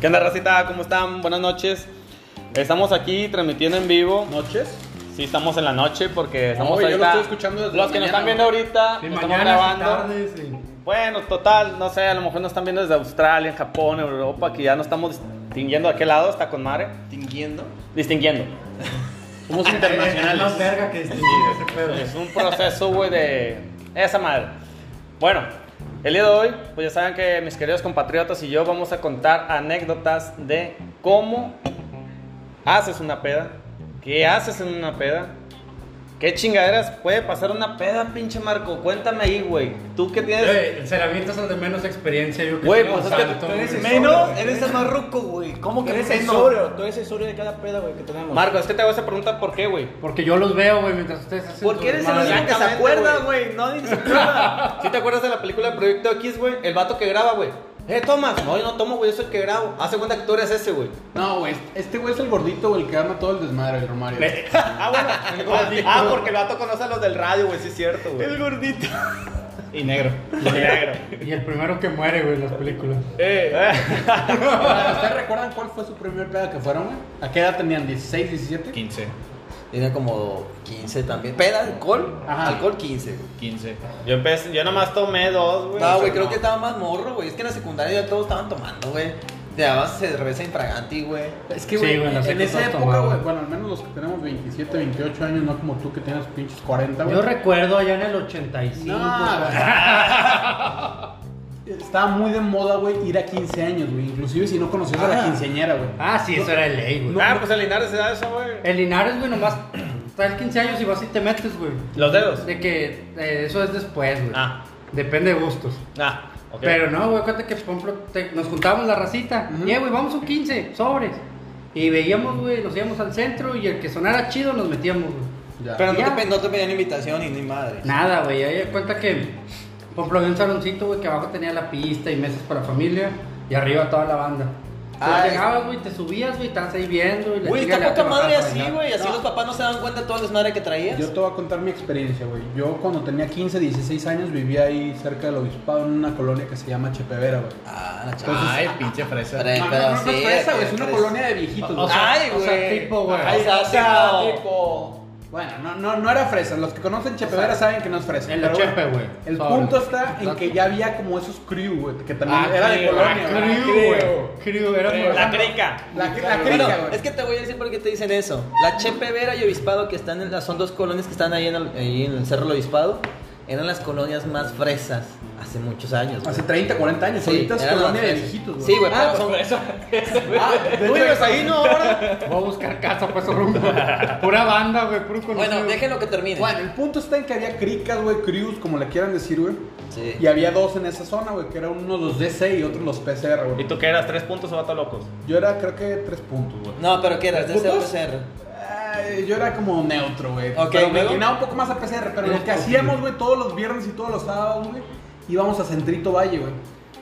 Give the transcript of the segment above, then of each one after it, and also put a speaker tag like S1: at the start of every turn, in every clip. S1: ¿Qué onda, racita? ¿Cómo están? Buenas noches. Estamos aquí transmitiendo en vivo.
S2: ¿Noches?
S1: Sí, estamos en la noche porque estamos
S2: Oye, yo lo
S1: ahorita-
S2: estoy escuchando desde
S1: Los
S2: la
S1: que nos
S2: mañana,
S1: están viendo
S2: güey.
S1: ahorita,
S3: De
S1: nos estamos
S3: mañana
S1: grabando.
S3: tarde, sí.
S1: Bueno, total, no sé, a lo mejor nos están viendo desde Australia, en Japón, Europa, que ya no estamos distinguiendo de qué lado está con madre.
S2: ¿Tinguiendo?
S1: Distinguiendo. Somos
S3: Es más
S1: internacionales.
S3: verga que este ese pedo.
S1: es un proceso, güey, de esa madre. Bueno, el día de hoy, pues ya saben que mis queridos compatriotas y yo vamos a contar anécdotas de cómo haces una peda, qué haces en una peda, qué chingaderas puede pasar una peda, pinche Marco. Cuéntame ahí, güey. Tú qué tienes.
S3: Güey, se la avientas al de menos experiencia, yo que
S1: Güey,
S3: soy
S1: pues es
S3: un
S1: que
S3: santo,
S1: tú eres
S3: güey.
S4: Menos,
S2: este
S4: eres el más ruco, güey. ¿Cómo que
S2: Eres
S4: menos?
S2: el sobrio,
S4: Tú eres el sobrio de cada pedo, güey, que tenemos.
S1: Marco, es que te hago esa pregunta, ¿por qué, güey?
S3: Porque yo los veo, güey, mientras ustedes hacen
S4: ¿Por
S3: su
S4: qué eres el
S3: desmadre.
S4: único que se
S1: Exactamente,
S4: acuerda, güey? No, ni se acuerda.
S1: ¿Sí te acuerdas de la película Proyecto X, güey? El vato que graba, güey. Eh, tomas. No, yo no tomo, güey, yo soy el que grabo. Hace cuenta que tú eres ese, güey.
S2: No, güey. Este güey es el gordito, güey, el que arma todo el desmadre, el Romario.
S1: Ah, bueno. Ah, ah, porque el vato conoce a los del radio, güey, sí es cierto, güey.
S4: gordito.
S1: Y negro. Y negro.
S3: Y el primero que muere, güey, en las películas.
S1: Eh.
S2: Ahora, ¿Ustedes recuerdan cuál fue su primer peda que fueron, güey? ¿A qué edad tenían? ¿16, 17?
S5: 15,
S4: Tiene como 15 también. Peda, alcohol.
S2: Ajá.
S4: Alcohol 15, güey.
S5: 15.
S1: Yo empecé, yo nomás tomé dos, güey.
S4: No, güey, creo que estaba más morro, güey. Es que en la secundaria ya todos estaban tomando, güey. Te dabas cerveza infraganti, güey.
S2: Es que,
S3: Sí,
S2: güey,
S3: güey, en la
S2: en
S3: secu
S2: esa
S3: todos
S2: época,
S3: tomaban.
S2: güey, bueno, al menos los que tenemos 27, 28 años, no como tú que tienes pinches 40, güey.
S6: Yo recuerdo allá en el 85.
S2: No,
S6: o sea,
S2: güey. Estaba muy de moda, güey, ir a 15 años, güey. Inclusive si no conocías a la
S3: Ah.
S2: quinceañera, güey.
S6: Ah, sí, eso era el ley, güey.
S1: Ah, pues el Linares se da eso, güey.
S6: El Linares, güey, nomás traes 15 años y vas y te metes, güey.
S1: Los dedos.
S6: De que eh, eso es después, güey.
S1: Ah.
S6: Depende de gustos.
S1: Ah, ok.
S6: Pero no, güey, cuenta que, por ejemplo, te- nos juntábamos la racita.
S2: Ujú.
S6: Y, eh, güey, vamos un 15, sobres. Y veíamos, güey, nos íbamos al centro y el que sonara chido nos metíamos, güey.
S2: Ya.
S4: Pero no
S6: Ya.
S4: te, pe- no te pedían invitación y ni madre.
S6: Nada, güey, ahí da cuenta que, por ejemplo, había un saloncito, güey, que abajo tenía la pista y mesas para la familia y arriba toda la banda. Ah,
S4: Ah,
S6: llegabas, güey, te subías, güey, estabas ahí viendo y la
S4: Güey,
S6: chica
S4: está
S6: le
S4: poca
S6: te bajabas
S4: madre
S6: a
S4: así,
S6: bailar.
S4: güey. Así los papás no se dan cuenta de todas las madres que traías.
S2: Yo te voy a contar mi experiencia, güey. Yo cuando tenía 15, 16 años vivía ahí cerca del obispado en una colonia que se llama Chepevera, güey.
S4: Ah,
S2: Pues
S4: la chava.
S5: Ay, pinche fresa.
S4: Pero-
S2: No,
S4: pero
S2: no, no, no
S4: sí,
S2: es fresa, güey,
S4: eh,
S2: es una
S4: fresa.
S2: colonia de viejitos,
S6: O
S2: güey.
S6: sea,
S4: Ay,
S6: o sea,
S4: güey.
S6: tipo, güey.
S4: Ay,
S2: o sea,
S4: tipo.
S2: tipo- Bueno, no, no, no era fresa. Los que conocen Chepevera saben que no es fresa.
S6: en
S2: pero
S6: la
S2: bueno,
S6: chepe, güey.
S2: El
S6: Sobre.
S2: punto está en
S6: Exacto.
S2: que ya había como esos crew, güey, que también
S6: Ah,
S2: era de
S6: crew,
S2: colonia.
S6: ah,
S2: güey.
S6: crew, güey. Crew, era por-
S1: Eh, La crica.
S2: La, la
S4: Bueno,
S2: crica, güey.
S4: es que te voy a decir por qué te dicen eso. La Chepe Vera y Obispado, que están en, las- son dos colonias que están ahí en, el, ahí en el Cerro del Obispado, eran las colonias más fresas hace muchos años. güey.
S2: Hace 30, 40 años.
S4: Sí,
S2: Ahorita es
S4: eran las
S2: colonia de
S4: fresas.
S2: viejitos, güey.
S4: Sí, güey,
S1: Ah,
S4: pero
S1: pues
S4: son-
S1: por eso.
S2: Ah, de
S1: Tú
S2: hecho,
S1: vives ahí, ¿no? Ahora.
S6: Voy a buscar casa para esos rumbo. Pura banda, güey, puro conocido.
S4: Bueno, déjenlo que termine.
S2: Bueno, el punto está en que había cricas, güey, crews, como le quieran decir, güey.
S4: Sí.
S2: Y había dos en esa zona, güey, que eran unos los DC y otros los PCR,
S1: ¿Y
S2: güey.
S1: tú qué eras? ¿Tres puntos o vato locos?
S2: Yo era, creo que tres puntos, güey.
S4: No, pero ¿qué Este eras? ¿De
S2: ¿Putos?
S4: COPCR?
S2: Eh, Yo era como neutro, güey.
S4: Ok,
S2: pero me
S4: ¿luego?
S2: inclinaba un poco más a PCR. Pero lo que hacíamos, güey, todos los viernes y todos los sábados, güey, íbamos a Centrito Valle, güey.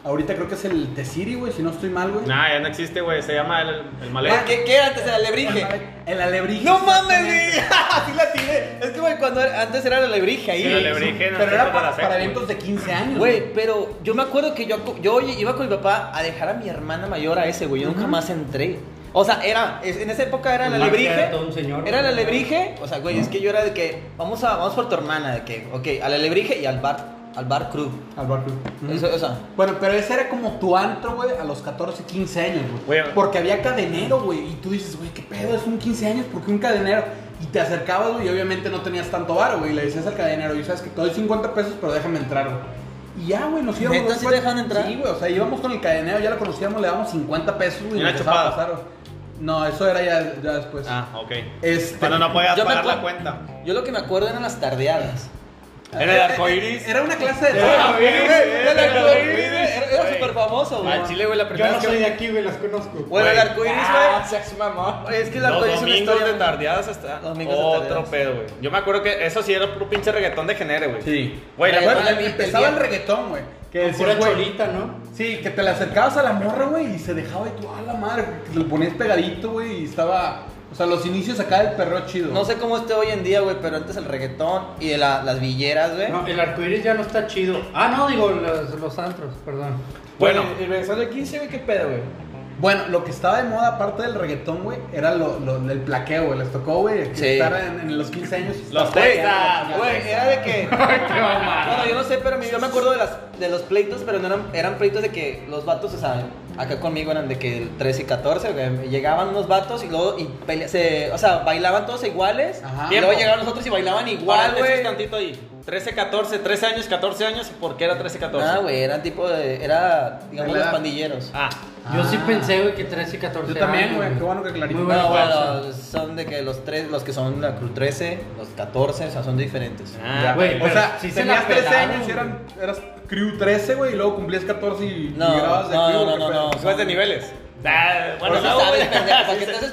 S2: Ahorita creo que es el Tesiri, güey, si no estoy mal, güey.
S1: Nah, ya no existe, güey. Se llama el, el malero.
S4: Ah, ¿Qué, ¿Qué era antes? ¿El alebrije?
S2: El Alebrije.
S4: ¡No mames, güey! Así la tiré. Es que, güey, cuando era- antes era el alebrije ahí.
S1: Sí, el alebrije, no
S2: Pero
S1: sé
S2: era
S1: cómo la
S2: para,
S1: secu,
S2: para
S1: güey.
S2: eventos de 15 años.
S4: Güey, pero yo me acuerdo que yo, yo iba con mi papá a dejar a mi hermana mayor a ese, güey. Yo nunca más entré. O sea, era, es- en esa época era
S6: Más
S4: la
S6: que
S4: alebrije.
S6: era todo un señor,
S4: Era la
S6: güey.
S4: alebrije. O sea, güey, es que yo era de que, vamos a, vamos por tu hermana, de que, ok, al alebrije y al bar, al bar crew.
S2: Al barrio.
S4: Eso- o sea,
S2: Bueno, pero ese era como tu antro, güey, a los 14, 15 años, güey.
S1: Güey.
S2: Porque había cadenero, güey. Y tú dices, güey, ¿qué pedo? Es un 15 años, ¿por qué un cadenero? Y te acercabas, güey, y obviamente no tenías tanto varo, güey. Y le decías al cadenero, y sabes que te doy 50 pesos, pero déjame entrar, güey. Y ya, güey, nos íbamos.
S4: ¿Neta
S2: güey,
S4: sí
S2: güey.
S4: te dejaban entrar?
S2: Sí, güey, o sea, íbamos con el cadenero, ya lo conocíamos, le damos 50 pesos, güey.
S1: ¿Y
S2: y
S1: una
S2: nos dejaba
S1: chupada?
S2: pasar, güey. No, eso era ya, ya después.
S1: Ah, ok.
S2: Este-
S1: Cuando no podías
S4: Yo me
S1: pagar la
S4: acuer-
S1: cuenta.
S4: yo lo que me acuerdo eran las tardeadas.
S1: Era el arcoiris.
S2: eh, Era una clase de.
S1: Era-
S4: Era el arcoíris, güey. Era,
S1: Güey.
S4: era súper famoso, güey.
S1: Al chile, güey, la
S6: Yo
S1: primera
S6: no
S1: vez
S6: soy
S1: que
S6: de aquí, güey, ah, las conozco.
S4: Bueno, el
S1: güey. Ah,
S4: arcoíris, güey. Es que el
S1: Los
S4: arcoíris es una
S1: domingos
S4: historia.
S1: de
S4: muy-
S1: tardeadas hasta
S4: Domingos de
S1: otro
S4: tardeadas.
S1: pedo, güey. Yo me acuerdo que eso sí era puro pinche reggaetón de genere, güey.
S2: Sí.
S1: Güey, la
S4: Reggaetón
S1: verdad-
S4: de-
S2: Empezaba
S4: el
S2: el reggaetón, güey. Que
S6: Con
S2: decías,
S6: pura
S2: güey,
S6: cholita, ¿no?
S2: Sí, que te le acercabas a la morra, güey, y se dejaba y tú, a la madre, que te lo ponías pegadito, güey, y estaba. O sea, los inicios acá del perro chido.
S4: No sé cómo esté hoy en día, güey, pero antes el reggaetón y la- las villeras,
S2: ¿eh?
S4: güey.
S6: No, el arcoíris ya no está chido. Ah, no, digo, los, los antros, perdón.
S1: Bueno,
S4: el reggaetón del 15, güey, qué pedo, güey.
S2: Bueno, lo que estaba de moda, aparte del reggaetón, güey, era lo, lo del plaqueo, güey. Les tocó, güey, que
S4: Sí.
S2: estar en, en los 15 años. y
S1: Los
S2: estar
S1: Texas,
S2: plaqueando.
S4: Güey, era de que. bueno, yo no sé, pero mi- yo me acuerdo de, las, de los pleitos, pero no eran, eran pleitos de que los vatos, o sea, acá conmigo eran de que el 13 y 14, güey, llegaban unos vatos y luego, y pelea- se, o sea, bailaban todos iguales.
S2: Ajá.
S4: Y luego llegaban los otros y bailaban
S1: Ah,
S4: igual, güey.
S1: tantito ahí. 13, 14, 13 años, 14 años. ¿Por qué era 13, 14?
S4: Ah, güey, eran tipo de. Era, digamos,
S2: Era-
S4: los pandilleros.
S1: Ah,
S6: Yo sí
S2: Ah.
S6: pensé, güey, que 13 y 14
S2: Yo también,
S6: años,
S2: güey, qué bueno que clarificó.
S6: Muy buena
S4: No,
S6: fuerza.
S1: pues.
S4: bueno, son de que los tres, los que son la Cruz 13, los 14, o sea, son diferentes.
S1: ah,
S6: Güey,
S2: O
S6: pero
S2: sea,
S6: sí se
S2: tenías
S6: la
S2: 13
S6: pelaron,
S2: años y
S6: güey.
S2: eran, eras crew 13, güey, y luego cumplías 14 y,
S4: No,
S2: y grabas de
S4: no,
S2: crew.
S4: no,
S2: ¿qué
S4: no,
S2: pedo?
S4: no.
S1: Juez de niveles. Ah, bueno,
S4: Por eso
S1: no,
S4: sabes,
S1: güey.
S4: pendejo, ¿para qué
S1: Sí,
S4: te haces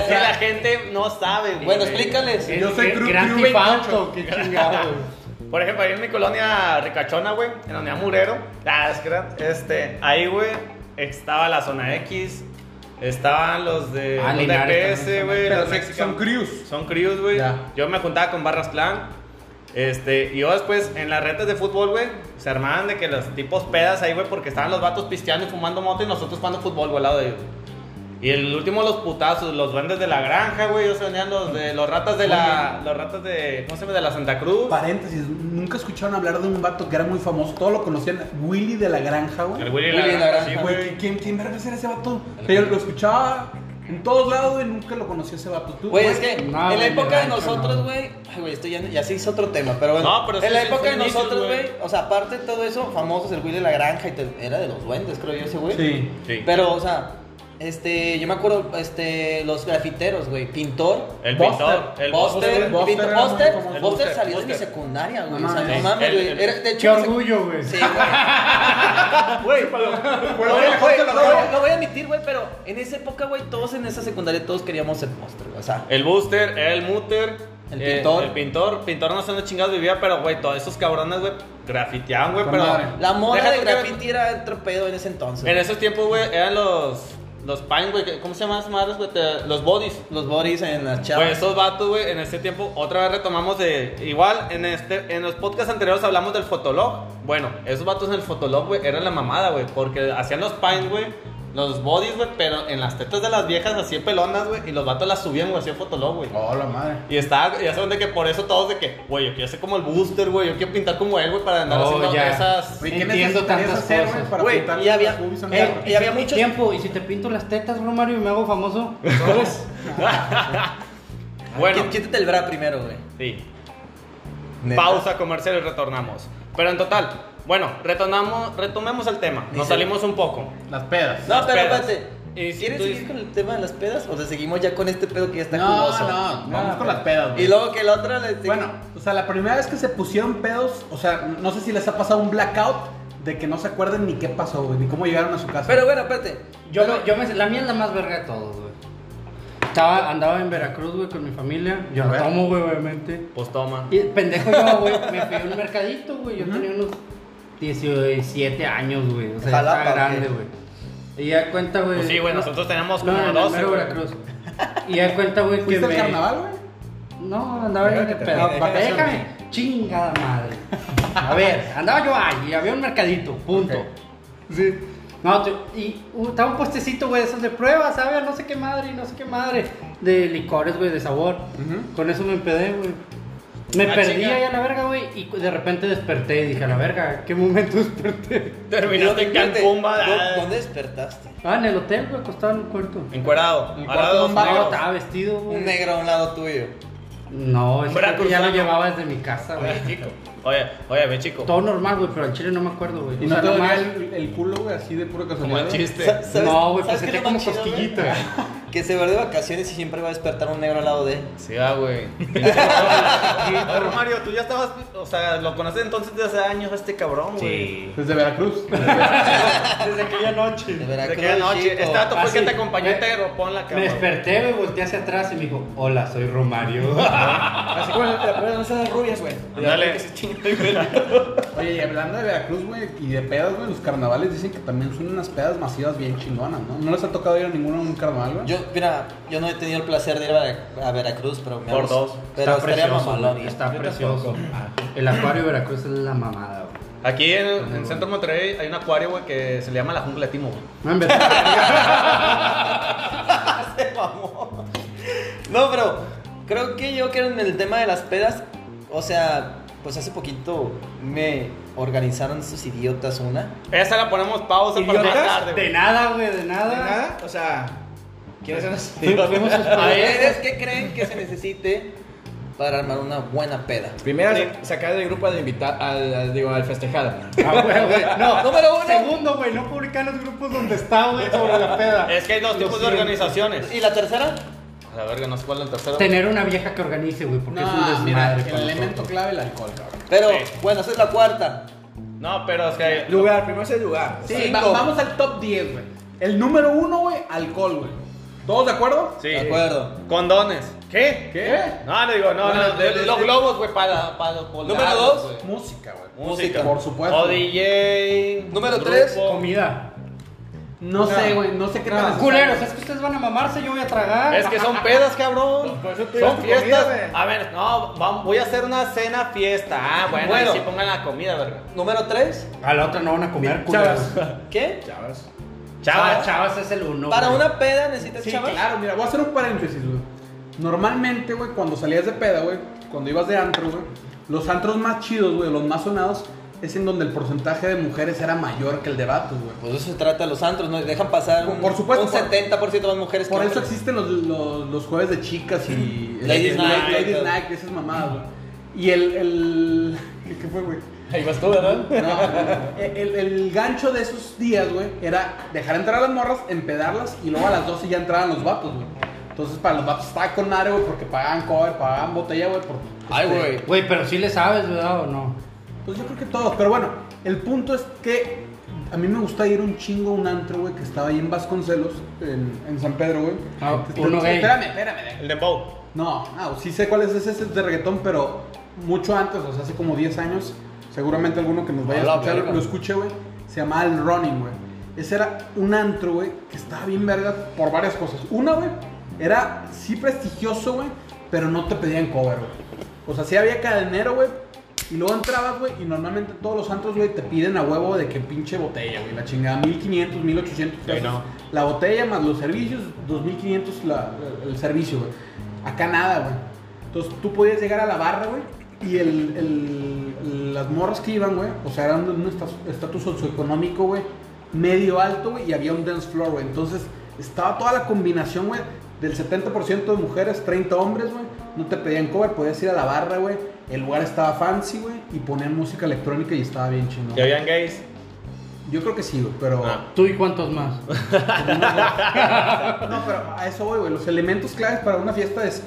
S1: Es que la gente no sabe, güey.
S4: Bueno, explícales.
S2: Yo soy Crew-
S6: Grand
S2: Crew
S6: Theft
S2: 28.
S6: Auto, qué chingado, güey.
S1: Por ejemplo, ahí en mi colonia ricachona, güey, en la unidad Murero, ah, es que era, este, ahí, güey, estaba la zona X, estaban los de
S6: Ah,
S1: los DPS,
S6: Linares también,
S1: güey,
S2: Pero
S1: los
S2: son- son crews.
S1: Son crews, güey.
S2: Ya.
S1: Yo me juntaba con Barras Clan. Este, y yo después en las retas de fútbol, güey, se armaban de que los tipos pedas ahí, güey, porque estaban los vatos pisteando y fumando moto y nosotros jugando fútbol, güey, al lado de ellos. Y el último, los putazos, los duendes de la granja, güey, ellos se unían los de los ratas de la. Los ratas de. ¿Cómo se llama? De la Santa Cruz.
S2: Paréntesis, nunca escucharon hablar de un vato que era muy famoso, todos lo conocían, Willy de la Granja, güey.
S1: El Willy
S4: Willy
S1: la
S4: la
S1: granja, sí,
S4: Granja.
S1: güey.
S2: Güey, ¿quién, quién verga era ese vato? Pero yo lo escuchaba en todos lados, güey, nunca lo conocí a ese vato. Tú,
S4: Güey, es que
S6: No,
S4: en la
S6: güey,
S4: época de
S6: de rancho,
S4: nosotros,
S6: no.
S4: güey. Ay, güey, esto ya, ya se hizo otro tema, pero bueno.
S1: No, pero sí
S4: en la
S1: se
S4: época
S1: hizo
S4: de
S1: inicios,
S4: nosotros,
S1: güey.
S4: güey. O sea, aparte de todo eso, famosos el güey de la granja y te- era de los duendes, creo yo, ese güey.
S2: Sí.
S1: Sí.
S4: Pero, o sea, este, yo me acuerdo, este, los grafiteros, güey. Pintor.
S1: El
S2: Buster,
S1: pintor. El
S4: Buster,
S1: Buster.
S2: Buster
S4: Pintor-
S2: era muy
S4: Buster,
S2: famoso.
S4: Buster,
S1: El Buster,
S4: salió de mi
S1: Buster.
S4: secundaria, güey.
S2: No
S4: o sea, no
S2: mames.
S4: mames,
S1: El-
S4: güey.
S1: el-
S4: Era- De hecho,
S6: Qué
S4: mi sec-
S6: orgullo, güey.
S4: Sí, güey.
S1: Ah, Güey,
S4: No,
S2: Bueno,
S4: güey,
S2: déjate la
S4: no,
S2: ropa.
S4: no voy a admitir, güey, pero en esa época, güey, todos en esa secundaria, todos queríamos ser monstruos, güey, o sea.
S1: El Booster, el Muter.
S4: El
S1: eh,
S4: pintor.
S1: el pintor. Pintor no sé dónde chingados vivía, pero, güey, todos esos cabrones, güey, grafiteaban, güey,
S2: Con
S1: pero.
S2: madre.
S4: La moda
S1: Deja
S4: de
S1: tú que-
S4: graffiti era el tropedo en ese entonces.
S1: En esos tiempos, güey, eran los. Los pain, güey, que- ¿cómo se llaman esas madres, güey? Te- Los bodies.
S4: Los bodies en las
S1: Güey,
S4: chavas.
S1: esos vatos, güey, en este tiempo, otra vez retomamos de. Igual, en este en los podcasts anteriores hablamos del fotolog. Bueno, esos vatos en el fotolog, güey, eran la mamada, güey, porque hacían los pines, güey, los bodies, güey, pero en las tetas de las viejas, así pelonas, güey, y los vatos las subían, güey, así en fotolog, güey.
S2: Oh, la madre.
S1: Y está, ya saben de que por eso todos de que, güey, yo quiero ser como el booster, güey, yo quiero pintar como él, güey, para andar
S6: Oh,
S1: haciendo
S6: ya.
S1: esas.
S2: Güey, ¿qué
S6: Entiendo
S2: necesitarías
S6: tantas
S2: hacer,
S6: cosas.
S2: güey, para
S4: Güey,
S2: pintarle
S4: y había-
S2: las boobies a un
S4: Eh,
S2: vato?
S4: y había
S6: mi
S4: muchos-
S6: tiempo, y si te pinto las tetas, bro, Mario, y me hago famoso.
S1: Bueno,
S4: Quí- Quítate el bra primero, güey.
S1: sí.
S4: Neta.
S1: Pausa comercial y retornamos. Pero en total, bueno, retornamos, retomemos el tema. Nos
S4: Dice-
S1: salimos un poco.
S2: Las pedas.
S4: No,
S1: Las
S4: pero
S1: pedas.
S4: espérate.
S1: Y si
S4: ¿Quieres
S1: tú
S4: seguir
S1: dices-
S4: con el tema de las pedas? O te seguimos ya con este pedo que ya está
S2: No,
S4: jugoso.
S2: no, vamos
S4: Ah,
S2: con las pedas, güey.
S4: Y luego que el otro le
S2: Bueno, o sea, la primera vez que se pusieron pedos, o sea, no sé si les ha pasado un blackout de que no se acuerden ni qué pasó, güey, ni cómo llegaron a su casa.
S4: Pero bueno, espérate.
S6: Yo, me- yo me, la mía es la más verga de todos, güey. Estaba, andaba en Veracruz, güey, con mi familia. Yo
S2: A
S6: no
S2: ver.
S6: tomo, güey, obviamente.
S1: Pues toma.
S6: Y el pendejo yo, güey, me fui a un mercadito, güey. Yo tenía unos 17 años, güey. O sea, ya
S4: Jalapa,
S6: estaba
S4: ¿o
S6: grande,
S4: qué?
S6: güey. Y ya cuenta, güey.
S1: Pues sí, güey, nosotros teníamos
S6: No,
S1: como
S6: no, no,
S1: 12.
S6: mero
S1: güey.
S6: Veracruz. Y ya cuenta, güey, que
S2: ¿Fuiste al
S6: me...
S2: carnaval, güey?
S6: No, andaba en
S2: Déjate,
S6: el pedo.
S2: déjame,
S6: Déjame,
S2: déjame.
S6: chingada madre. A ver, andaba yo ahí y había un mercadito, punto.
S2: Ok.
S6: Sí. No, te- y uh, estaba un puestecito, güey, de esos de prueba, ¿sabes? No sé qué madre, no sé qué madre. De licores, güey, de sabor.
S2: Ujú.
S6: Con eso me empedé, güey. Me
S1: Ah,
S6: perdí
S1: chinga.
S6: ahí a la verga, güey, y cu- de repente desperté y dije, a la verga, ¿qué momento desperté?
S1: Terminaste en
S4: Espérate,
S1: Cancún, va.
S4: ¿dó- ¿Dónde despertaste?
S6: Ah, en el hotel, güey, acostado en el cuarto.
S1: Encuerado.
S2: En
S1: Ahora
S2: cuarto
S1: dos
S2: de un vato
S6: No,
S1: negros.
S6: estaba vestido, güey.
S4: Un negro a un lado tuyo.
S6: No, ese creo que ya lo
S1: veracruzano.
S6: llevaba desde mi casa, güey.
S1: Oye, chico. Oye, oye, ve, chico.
S6: Todo normal, güey, pero al chile no me acuerdo, güey.
S2: Y
S6: O
S2: no
S6: sea,
S2: te dolía
S6: nomás-
S2: el, el culo, güey, así de puro
S1: Como
S2: casualidad.
S1: el
S2: güey?
S1: chiste.
S4: Sa- ¿sabes-
S6: No, güey, pues
S4: sabes qué
S6: sentía
S4: es lo
S6: como
S4: más chido, güey?
S6: cosquillita.
S4: Que se va de vacaciones y siempre va a despertar un negro al lado de él.
S1: Sí, ah, güey. A ver, Mario, tú ya estabas. O sea, lo conoces entonces desde hace años, este cabrón, güey.
S6: Sí.
S2: Desde Veracruz.
S6: Desde aquella
S4: De
S6: noche.
S1: De
S4: Veracruz,
S1: que anoche.
S4: chico.
S1: Este dato fue
S6: Ah,
S1: el que
S6: sí.
S1: te acompañó y te aeropó en la
S6: Me
S1: cama. güey.
S6: desperté, güey, volteé hacia atrás y me dijo, hola, soy Romario.
S4: Así como la primera no se dan rubias, güey.
S1: Ándale.
S4: Que se chinga el güey.
S2: Oye, y hablando de Veracruz, güey, y de pedas, güey, los carnavales dicen que también son unas pedas masivas bien chingonas, ¿no? ¿No les ha tocado ir a ninguno a un carnaval, güey?
S4: Yo, mira, yo no he tenido el placer de ir a, Vera- a Veracruz, pero me
S1: Por
S4: gusta.
S1: dos.
S4: Pero
S6: está
S4: estaría
S6: precioso, Ah,
S4: mamalón. ¿eh?
S6: güey, está precioso. El acuario de Veracruz es la mamada, güey.
S1: Aquí en, en Centro Monterrey hay un acuario, güey, que se le llama la jungla de Timo, güey.
S6: No, en verdad.
S4: Se mamó. No, pero creo que yo que en el tema de las pedas, o sea, pues hace poquito me organizaron estos idiotas una.
S1: Esa la ponemos pausa para más
S5: ¿Idiotas?
S1: tarde,
S3: De
S1: güey.
S3: nada, güey, de
S5: ¿De
S3: nada.
S5: nada? O sea, ¿quieres ser más?
S4: A ver, ¿qué creen que se necesite para armar una buena peda?
S5: Primero, sacar del grupo al invitar, al, al- digo, al festejado.
S3: Ah, güey, güey. No,
S4: Número uno.
S3: Segundo, güey, no publicar los grupos donde está, güey, sobre la peda.
S1: Es que hay dos
S3: Lo
S1: tipos de
S3: siento.
S1: organizaciones.
S4: ¿Y la tercera?
S1: A la verga, no sé cuál es la tercera. güey.
S6: Tener una vieja que organice, güey, porque es un
S2: No,
S6: desmadre.
S2: mira,
S6: para
S2: el elemento
S6: nosotros.
S2: clave el alcohol, cabrón.
S4: Pero
S1: Sí.
S4: bueno, esa es la cuarta.
S1: No, pero es que hay-
S5: Lugar, primero es el lugar.
S2: Sí,
S4: Cinco.
S2: va- vamos al top 10, güey. El número uno, güey, alcohol, güey. ¿Todos de acuerdo?
S1: Sí.
S4: De acuerdo.
S1: Condones. ¿Qué?
S2: ¿Qué?
S1: No, le digo, no,
S2: No,
S1: no,
S2: no,
S1: de-
S2: no,
S1: los
S2: no.
S1: globos, güey, para, para los poblados,
S4: Número dos.
S1: güey.
S2: Música, güey.
S1: Música.
S2: Por supuesto.
S1: O DJ.
S4: Número
S1: grupo.
S4: tres.
S6: Comida.
S2: No, sé, güey, no sé qué tan necesario.
S6: Culeros, es que ustedes van a mamarse, yo voy a tragar.
S1: Es que son pedas, cabrón.
S5: Por eso te digo
S1: Son
S5: tu
S1: fiestas.
S5: comida, güey.
S1: a ver, no, va- voy a hacer una cena fiesta. Ah, bueno,
S4: Bueno.
S1: ahí sí pongan la comida, verga.
S4: Número tres.
S6: A la otra no van a comer, culeros.
S2: Chavas.
S4: ¿Qué?
S5: Chavas.
S1: Chavas,
S6: Chavas, chavas es el uno.
S4: Para
S6: güey.
S4: una peda necesitas
S2: Sí,
S4: chavas.
S2: claro, mira, voy a hacer un paréntesis, güey. Normalmente, güey, cuando salías de peda, güey, cuando ibas de antro, güey, los antros más chidos, güey, los más sonados, es en donde el porcentaje de mujeres era mayor que el de vatos, güey.
S4: Pues eso se trata de los antros, ¿no? Dejan pasar un,
S2: Por supuesto,
S4: un
S2: por-
S4: 70% más mujeres
S2: Por
S4: que
S2: eso
S4: hombres.
S2: existen los, los, los jueves de chicas y...
S4: Ladies
S2: eh,
S4: night,
S2: Ladies
S4: todo.
S2: night, esas mamadas, güey. Y el... el... ¿Qué- ¿Qué fue, güey?
S5: Ahí vas tú, ¿verdad?
S2: No, eh, el, el gancho de esos días, güey, era dejar entrar a las morras, empedarlas y luego a las 12 ya entraban los vatos, güey. Entonces para los vatos estaba con madre, güey, porque pagaban cover, pagaban botella, güey, por...
S4: Ay,
S2: este,
S4: güey.
S6: Güey, pero sí le sabes, ¿verdad o no?
S2: Pues yo creo que todos, pero bueno, el punto es que a mí me gusta ir un chingo a un antro, güey, que estaba ahí en Vasconcelos, en, en San Pedro, güey.
S6: Ah,
S2: Este,
S6: uno gay.
S2: Espérame, espérame. de-
S1: El dembow.
S2: No, no, sí sé cuál es ese, ese es de reggaetón, pero mucho antes, o sea, hace como 10 años, seguramente alguno que nos vaya
S4: A la
S2: a escuchar
S4: verga.
S2: lo escuche, güey. Se llamaba El Running, güey. Ese era un antro, güey, que estaba bien verga por varias cosas. Una, güey, era sí prestigioso, güey, pero no te pedían cover, güey. O sea, sí había cadenero, güey. Y luego entrabas, güey, y normalmente todos los antros, güey, te piden a huevo de que pinche botella, güey. La chingada, 1500, 1800 pesos.
S1: no.
S2: La botella más los servicios, 2500 la, el servicio, güey. Acá nada, güey. Entonces tú podías llegar a la barra, güey. Y el, el- las morras que iban, güey, o sea, eran de un esta- estatus socioeconómico, güey, medio alto, güey, y había un dance floor, güey. Entonces estaba toda la combinación, güey, del 70% de mujeres, 30 hombres, güey. No te pedían cover, podías ir a la barra, güey. El lugar estaba fancy, güey, y ponían música electrónica y estaba bien chingón.
S1: Que habían gays.
S2: Yo creo que sí, güey, pero.
S1: Ah.
S6: ¿Tú y cuántos más?
S2: No, pero a eso voy, güey. Los elementos claves para una fiesta es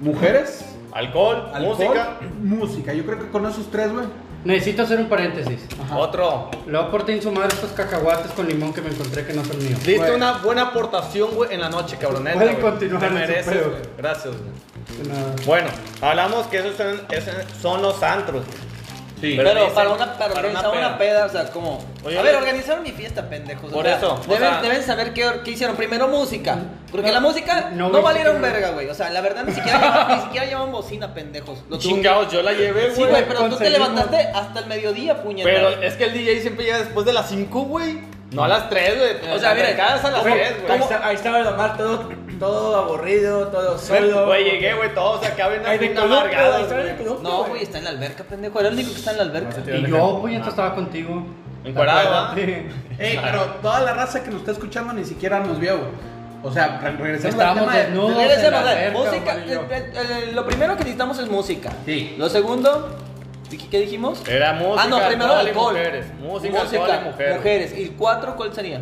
S2: mujeres,
S1: Alcohol,
S2: alcohol,
S1: música.
S2: música. Yo creo que con esos tres, güey.
S6: Necesito hacer un paréntesis.
S2: Ajá.
S1: Otro.
S6: Luego corté en su madre estos cacahuates con limón que me encontré que no son míos.
S1: Diste
S2: Güey.
S1: una buena aportación, güey, en la noche, cabroneta.
S6: Pueden
S1: güey.
S6: continuar
S1: Te
S6: en su
S1: mereces,
S6: pedo.
S1: güey. Gracias, güey.
S6: Nada.
S1: Bueno, hablamos que esos son, esos son los antros.
S2: Sí.
S1: Pero
S4: Pero,
S1: dicen,
S4: para una, para
S1: para una
S4: organizar una peda, o sea, como.
S1: Oye,
S4: a ver,
S1: oye.
S4: organizaron mi fiesta, pendejos. o
S1: Por
S4: sea,
S1: eso, o
S4: Deben,
S1: sea-
S4: deben saber qué, qué hicieron. Primero música. Porque
S6: No,
S4: la música
S6: no
S4: no,
S6: viste
S4: valieron
S6: que-
S4: verga, güey. O sea, la verdad ni siquiera llevan, ni siquiera llevan bocina, pendejos. Lo tuvo que-
S1: Chingados, yo la llevé,
S4: Sí,
S1: güey.
S4: güey, pero tú te
S6: conseguimos.
S4: levantaste hasta el mediodía, puñeta.
S1: pero eh, es que el DJ siempre llega después de las 5, güey. No a las 3, güey.
S4: O sea, mira,
S1: cada es a las
S5: Güey,
S1: 3,
S5: ahí,
S1: güey.
S5: está- ahí estaba el Omar todo, todo aburrido, todo solo.
S1: Güey, llegué, güey, todos acá ven
S5: Ahí de
S1: bien
S5: columpio, ahí
S1: amargados.
S5: estaba en el
S1: güey.
S5: columpio,
S4: No, güey, está en la alberca, pendejo. Era el único que está en la alberca.
S6: Y yo, pues, estaba contigo.
S1: Encuerado,
S6: Acuérdate.
S2: Ey, pero toda la raza que nos está escuchando ni siquiera nos vio, güey. O sea, re- regresemos
S6: Estábamos
S2: al tema de-
S6: desnudos.
S4: Regresemos,
S6: en la
S4: a ver,
S6: alberca,
S4: música.
S6: Omar y yo.
S4: el- el- el- lo primero que necesitamos es música.
S2: Sí.
S4: Lo segundo, ¿qué qué dijimos?
S1: Era Eh, música.
S4: ah, no, primero
S1: alcohol y
S4: alcohol.
S1: Mujeres. Música, alcohol y mujeres.
S4: mujeres. ¿Y cuatro cuál sería?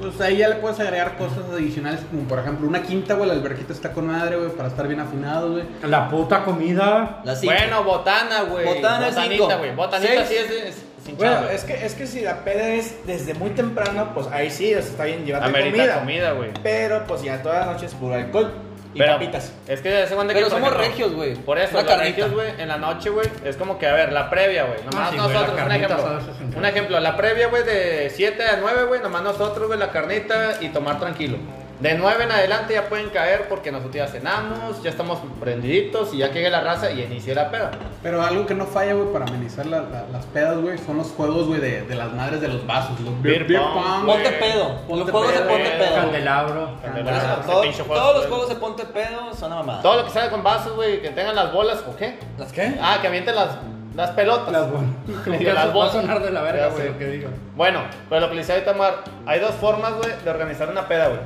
S2: Pues ahí ya le puedes agregar cosas adicionales, como por ejemplo una quinta, güey. La alberquita está con madre, güey, para estar bien afinados, güey.
S6: La puta comida.
S4: La cinco.
S1: Bueno, botana, güey.
S4: Botana es
S1: Botanita,
S4: cinco.
S1: güey. Botanita
S4: Seis.
S1: sí es, es sin
S5: Bueno,
S1: chamba.
S5: es que, es que si la peda es desde muy temprano, pues ahí sí, o sea, está bien llevarte
S1: Amerita
S5: comida.
S1: comida, güey.
S5: Pero pues ya todas las noches puro alcohol y
S1: Pero,
S5: papitas.
S1: Es que ese de que,
S4: Pero
S1: por
S4: somos
S1: ejemplo,
S4: regios, güey.
S1: Por eso,
S4: Una
S1: los
S4: carnita.
S1: regios, güey, en la noche, güey, es como que, a ver, la previa, güey. Nomás
S6: Ah, sí, güey, la
S1: nosotros, un
S6: carnita
S1: ejemplo.
S6: asada, eso es un
S1: Un
S6: clásico.
S1: ejemplo, la previa, güey, de 7 a 9, güey, nomás nosotros, güey, la carnita y tomar tranquilo. De 9 en adelante ya pueden caer porque nosotros ya cenamos, ya estamos prendiditos y ya que llegue la raza y inicie la peda.
S2: Pero algo que no falla, güey, para amenizar la- la- las pedas, güey, son los juegos, güey, de, de las madres de los vasos. Los
S1: Beer pong, güey.
S4: Ponte pedo. Los
S2: Ponte
S4: juegos de
S2: pedo,
S4: ponte
S1: güey.
S4: pedo. güey.
S6: Candelabro.
S4: Por eso,
S6: pues,
S1: Ese
S4: todo-
S1: pinche juego,
S4: todos los
S1: güey.
S4: juegos de ponte pedo son una mamada.
S1: Todo lo que sale con vasos, güey, que tengan las bolas o qué.
S4: ¿Las qué?
S1: Ah, que avienten las, las pelotas.
S6: Las bolas.
S1: Digo, las
S6: Va a
S1: bolas.
S6: sonar de la verga,
S1: Ya,
S6: güey,
S1: güey.
S6: lo que digo.
S1: Bueno, pues pero lo que le decía ahorita Omar, hay dos formas, güey, de organizar una peda, güey.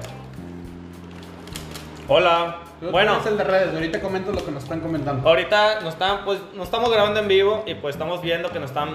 S1: Hola.
S2: Bueno.
S1: Bueno,
S2: Es el de redes, ahorita comento lo que nos están comentando.
S1: ahorita nos están, pues, nos estamos grabando en vivo y pues estamos viendo que nos están,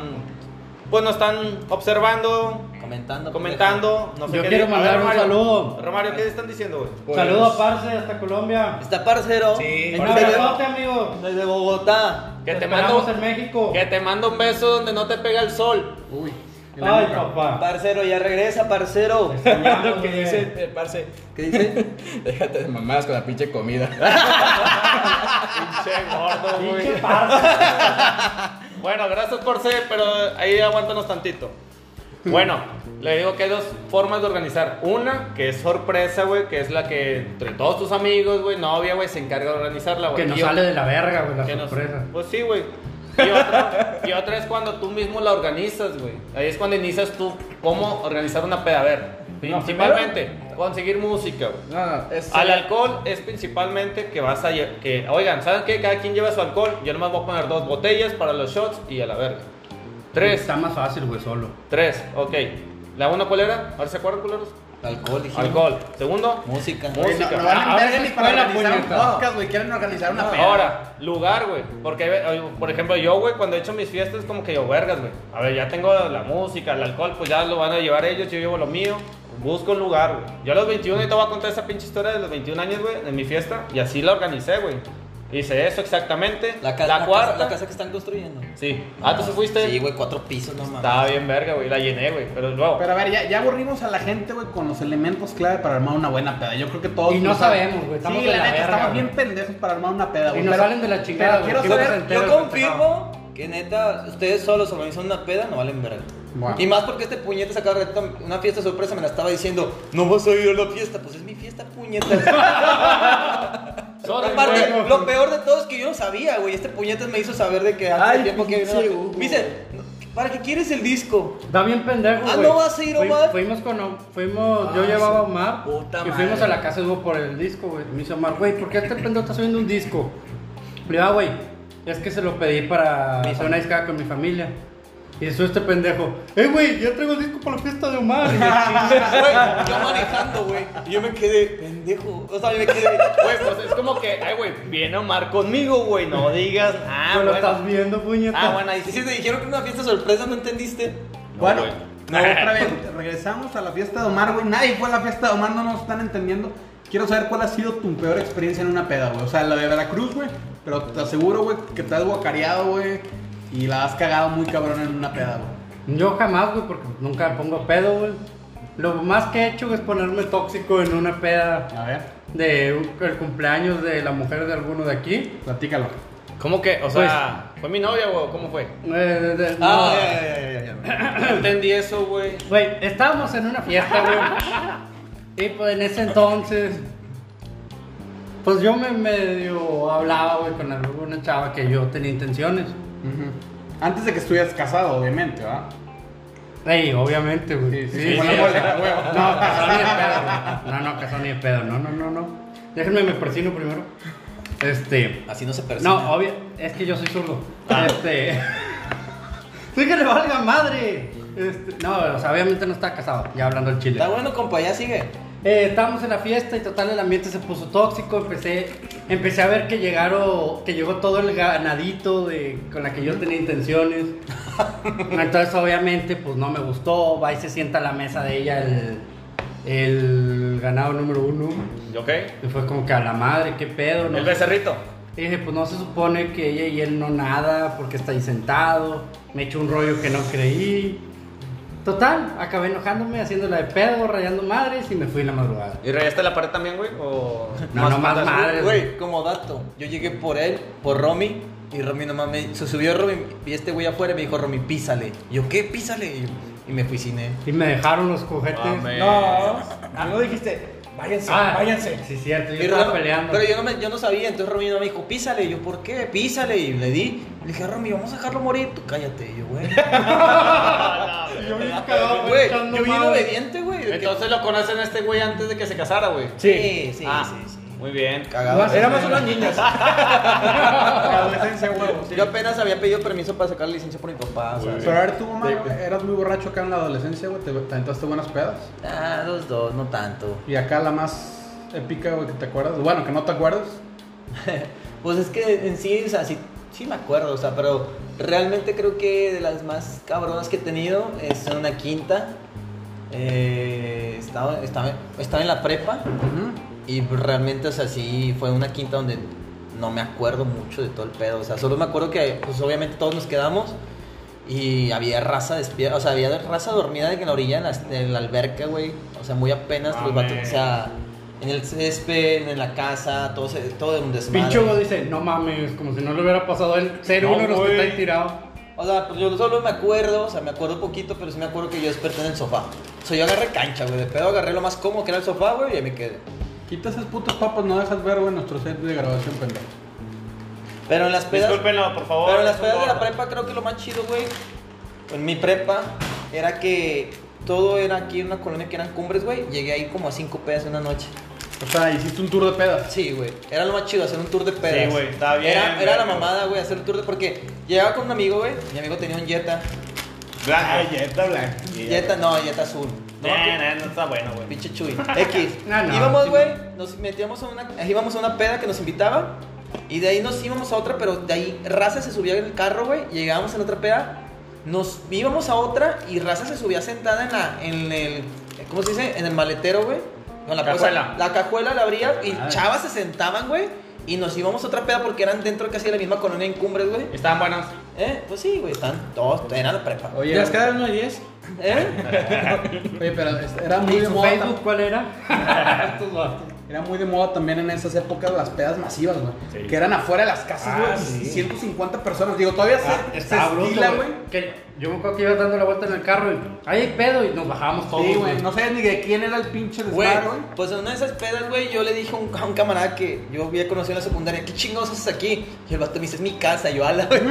S1: pues nos están observando,
S4: Comentando.
S1: comentando. No sé
S6: Yo
S1: qué
S6: quiero
S1: di- A
S6: mandar un
S1: Romario,
S6: saludo.
S1: Romario, ¿qué están diciendo, güey?
S6: Saludos, parce, hasta Colombia.
S4: Está parcero.
S5: Sí.
S6: Un
S4: Ahorita
S6: abrazote, amigo.
S4: Desde Bogotá.
S1: Que
S6: Nos
S1: te,
S6: esperamos
S1: mando,
S6: en México.
S1: que te mando un beso donde no te pega el sol.
S2: Uy. en la
S6: Ay,
S2: nuca.
S6: papá.
S4: Parcero, ya regresa, parcero.
S6: Extrañamos,
S5: Lo que
S6: güey.
S5: dice, eh, parce,
S4: ¿Qué dice?
S5: déjate de mamadas con la pinche comida.
S1: Pinche gordo,
S6: Pinche parce.
S1: Bueno, gracias por ser, pero ahí aguántanos tantito. Bueno, le digo que hay dos formas de organizar. Una, que es sorpresa, güey, que es la que entre todos tus amigos, güey, novia, güey, se encarga de organizarla, güey.
S6: Que nos
S1: Y o-
S6: sale de la verga, güey,
S1: que
S6: la
S1: nos-
S6: sorpresa.
S1: Pues sí, güey. Y otra, y otra es cuando tú mismo la organizas, güey. Ahí es cuando inicias tú cómo organizar una peda. A ver, principalmente, conseguir música, güey.
S5: No, no, es.
S1: Al alcohol es principalmente que vas a lle- que oigan, ¿saben qué? Cada quien lleva su alcohol. Yo nomás voy a poner dos botellas para los shots y a la verga. Tres,
S6: Está más fácil, güey, solo.
S1: tres, ok. La una cuál era? ¿Ahora se acuerdan culeros?
S4: Alcohol, dijimos.
S1: Alcohol. Segundo,
S4: Música.
S1: Música.
S2: No, no van
S6: Ahora
S2: a ver
S6: sí
S2: ni
S6: fue la
S2: para organizar un
S6: puñeta.
S2: podcast, güey. Quieren organizar una peda.
S1: Ahora, lugar, güey. Porque, hay ve- oye, por ejemplo, yo, güey, cuando he hecho mis fiestas, como que yo, vergas, güey. A ver, ya tengo la música, el alcohol, pues ya lo van a llevar ellos, yo llevo lo mío. Busco un lugar, güey. Yo a los 21, ahorita voy a contar esa pinche historia de los 21 años, güey, de mi fiesta. Y así la organicé, güey. Hice eso exactamente.
S4: La, ca- la
S1: cuarta.
S4: casa, la casa que están construyendo.
S1: Sí. Ah, tú sí fuiste.
S4: Sí, güey, cuatro pisos, no mames.
S1: Estaba bien verga, güey. La llené, güey. Pero luego.
S2: Pero a ver, ya, ya aburrimos a la gente, güey, con los elementos clave para armar una buena peda. Yo creo que todos.
S6: Y no
S2: lo saben.
S6: sabemos, güey, estamos
S2: Sí,
S6: de
S2: la
S6: la
S2: neta,
S6: verga,
S2: estamos
S6: güey.
S2: bien pendejos para armar una peda, güey.
S6: nos
S2: Pero-
S6: salen de la chingada,
S2: Pero
S6: güey.
S2: quiero
S6: Quiero
S2: saber.
S6: saber-
S4: Yo
S6: Pero-
S4: confirmo que neta, ustedes solos organizan una peda, no valen verga.
S2: Wow.
S4: Y más porque este puñete sacaba reto, una fiesta sorpresa, me la estaba diciendo, no vas a ir a la fiesta, pues es mi fiesta puñeta.
S1: Sorry,
S4: Aparte,
S1: güey.
S4: lo peor de todo es que yo no sabía, güey, este puñete me hizo saber de que hace
S5: Ay,
S4: tiempo que
S5: pinche Hugo.
S4: Me dice, ¿para qué quieres el disco?
S6: Está bien pendejo,
S4: Ah,
S6: güey.
S4: ¿no vas a ir,
S6: Fui-
S4: Omar? Ah,
S6: Fuimos con... Om- Fuimos... Yo llevaba a Omar.
S4: puta
S6: Y fuimos
S4: madre.
S6: a la casa de Hugo por el disco, güey. Me dice Omar, güey, ¿por qué este pendejo está subiendo un disco? Le digo, ah, güey, es que se lo pedí para
S4: Mi
S6: hacer
S4: fam-
S6: una discada con mi familia. Y eso este pendejo, eh, güey, ya traigo el disco para la fiesta de Omar. Y yo, "Chinga".
S4: Güey, yo manejando, güey, y yo me quedé pendejo, o sea, yo me quedé...
S1: Güey, pues es como que, ay, güey, viene Omar conmigo, güey. No digas
S6: No
S1: nada,
S6: lo
S1: Ah, bueno.
S6: estás viendo, puñeta.
S1: Ah, bueno, ahí
S4: Y
S1: sí.
S4: si te dijeron que era una fiesta sorpresa, ¿no entendiste?
S2: Bueno,
S1: güey.
S2: no, otra vez, regresamos a la fiesta de Omar, güey. Nadie fue a la fiesta de Omar, no nos están entendiendo. Quiero saber cuál ha sido tu peor experiencia en una peda, güey. O sea, la de Veracruz, güey. Pero te aseguro, güey, que te has guacareado, güey. Y la has cagado muy cabrón en una peda, güey.
S6: Yo jamás, güey, porque nunca me pongo pedo, güey. Lo más que he hecho güey, es ponerme tóxico en una peda
S2: A ver,
S6: de un- el cumpleaños de la mujer de alguno de aquí.
S2: platícalo.
S1: ¿Cómo que? O sea,
S4: Pues-
S1: ¿fue mi novia, güey? ¿Cómo fue?
S6: Eh, de- de-
S4: Ah,
S6: no.
S4: ya, ya, ya, ya, ya.
S1: No entendí eso, güey.
S6: Güey, estábamos en una fiesta, güey. y pues en ese entonces. Pues yo me medio hablaba, güey, con alguna chava que yo tenía intenciones.
S2: Ujú. Antes de que estuvieras casado, obviamente, ¿verdad?
S6: Ey, obviamente, güey.
S2: sí, con la mole, a huevo.
S6: No, casado ni de pedo, güey. No, no, casado ni de pedo. No, no, no, no. Déjenme, me persino primero. Este.
S4: Así no se percibe.
S6: No, obvio, es que yo soy zurdo. Este. Sí que le valga madre. Este, no, o sea, obviamente no estaba casado, ya hablando el chile.
S4: Está bueno, compa, ya sigue.
S6: Eh, estábamos en la fiesta y total el ambiente se puso tóxico. Empecé, empecé a ver que llegaron, que llegó todo el ganadito de, con la que yo tenía intenciones. Entonces obviamente pues no me gustó. Va y se sienta a la mesa de ella el, el ganado número uno.
S1: ¿Y ¿Ok?
S6: Y fue como que a la madre, qué pedo. No
S1: El becerrito.
S6: y dije, pues no se supone que ella y él no nada, porque está ahí sentado. Me echó un rollo que no creí. Total, acabé enojándome, haciéndola de pedo, rayando madres y me fui en la madrugada.
S1: ¿Y rayaste la pared también, güey? ¿O
S6: No, no, más
S1: patas, güey?
S6: madre.
S4: Güey, como dato, yo llegué por él, por Romy, y Romy nomás me... Se subió Romy y este güey afuera y me dijo, Romy, písale. Y yo, ¿qué? Písale. Y, y me fui sin él.
S1: Ah,
S6: Y me dejaron los cohetes.
S1: Mames.
S5: No, no dijiste, váyanse,
S6: Ah,
S5: váyanse.
S6: Sí, cierto, yo
S4: Y
S6: estaba
S4: Romy-
S6: peleando.
S4: Pero yo no, me- yo no sabía, entonces Romy no me dijo, písale. Y yo, ¿por qué? Písale. Y le di. Le dije, Romy, vamos a dejarlo morir. Tú cállate. Y yo, güey.
S5: Yo bien cagado, güey,
S4: Güey,
S5: echando
S4: yo bien
S5: madre.
S4: obediente, güey. de que-
S1: Entonces lo conocen a este güey antes de que se casara, güey.
S4: Sí, sí,
S1: Ah,
S4: sí, sí.
S1: Muy bien.
S4: Cagado.
S5: Éramos unos niños. Adolescencia, huevo.
S4: Yo apenas había pedido permiso para sacar la licencia por mi papá. o sea,
S2: Pero a ver, tú, mamá, eras muy borracho acá en la adolescencia, güey. Te, te aventaste buenas pedas.
S4: Ah, los dos, no tanto.
S2: Y acá la más épica, güey, que te acuerdas. Bueno, que no te acuerdas.
S4: Pues es que en sí, o sea, sí, sí me acuerdo, o sea, pero realmente creo que de las más cabronas que he tenido es en una quinta. Eh, estaba, estaba, estaba en la prepa y pues realmente, o sea, sí fue una quinta donde no me acuerdo mucho de todo el pedo. O sea, solo me acuerdo que, pues obviamente todos nos quedamos y había raza despierta, o sea, había raza dormida de que en la orilla, en la, en la alberca, güey. O sea, muy apenas los
S1: Mames.
S4: vatos, o sea, en el césped, en la casa, todo, se- todo un desmadre.
S6: Pincho Hugo dice, no mames, como si no le hubiera pasado el ser
S1: No,
S6: uno de los que
S1: güey.
S6: está ahí tirado.
S4: O sea, pues yo solo me acuerdo, o sea, me acuerdo poquito, pero sí me acuerdo que yo desperté en el sofá. O sea, yo agarré cancha, güey. De pedo agarré lo más cómodo que era el sofá, güey, y ahí me quedé.
S2: Quita esas putas papas, no dejas ver, güey, nuestro set de grabación, pendejo.
S4: Pero en las pedas.
S1: Discúlpenlo, por favor.
S4: Pero en las
S1: es un
S4: pedas de la
S1: gordo.
S4: prepa creo que lo más chido, güey, en mi prepa, era que todo era aquí en una colonia que eran cumbres, güey. Llegué ahí como a cinco pedas en una noche.
S2: O sea, hiciste un tour de pedas.
S4: Sí, güey. Era lo más chido, hacer un tour de pedas.
S1: Sí, güey, estaba bien,
S4: Era, era la
S1: güey.
S4: mamada, güey, hacer un tour de... Porque llegaba con un amigo, güey. Mi amigo tenía un Jetta.
S5: Ah,
S1: Blanco.
S5: ya está blanco.
S4: Jetta, no, Jetta azul. No,
S1: Eh, no, no está bueno, güey.
S4: Pinche Chuy. X.
S6: No, no,
S4: íbamos,
S6: sí.
S4: güey, nos metíamos a una, íbamos a una peda que nos invitaba. Y de ahí nos íbamos a otra, pero de ahí Raza se subía en el carro, güey. Llegábamos a la otra peda. Nos íbamos a otra y Raza se subía sentada en la, en el, ¿cómo se dice? En el maletero, güey. Con la cosa-
S1: Cajuela.
S4: la cajuela la abría y
S2: Madre.
S4: chavas se sentaban, güey. Y nos íbamos a otra peda porque eran dentro casi de la misma colonia en Cumbres, güey.
S1: Estaban buenos.
S4: Eh, pues sí, güey, están todos, eran la prepa.
S2: Oye,
S5: ¿Ya queda el 1 de 10?
S4: ¿Eh?
S2: oye, pero es- era muy
S6: ¿Y
S2: de
S6: su
S2: moda.
S6: Facebook cuál era? Estos vatos.
S2: Era muy de moda también en esas épocas las pedas masivas, güey. Que eran afuera de las casas,
S5: Ah,
S2: güey.
S5: sí.
S2: 150 personas. Digo, todavía se- se,
S6: Ah, Está bruto,
S2: estila,
S6: güey.
S2: güey.
S6: Que yo me acuerdo que ibas dando la vuelta en el carro y ahí hay pedo y nos bajábamos todos.
S2: Sí, güey. No sabías ni de quién era el pinche
S4: Güey,
S2: desmadre, güey.
S4: pues en una de esas pedas, güey, yo le dije a un, a un camarada que yo había conocido en la secundaria, ¿qué chingados haces aquí? Y el vato me dice, es mi casa, y yo, ala, güey.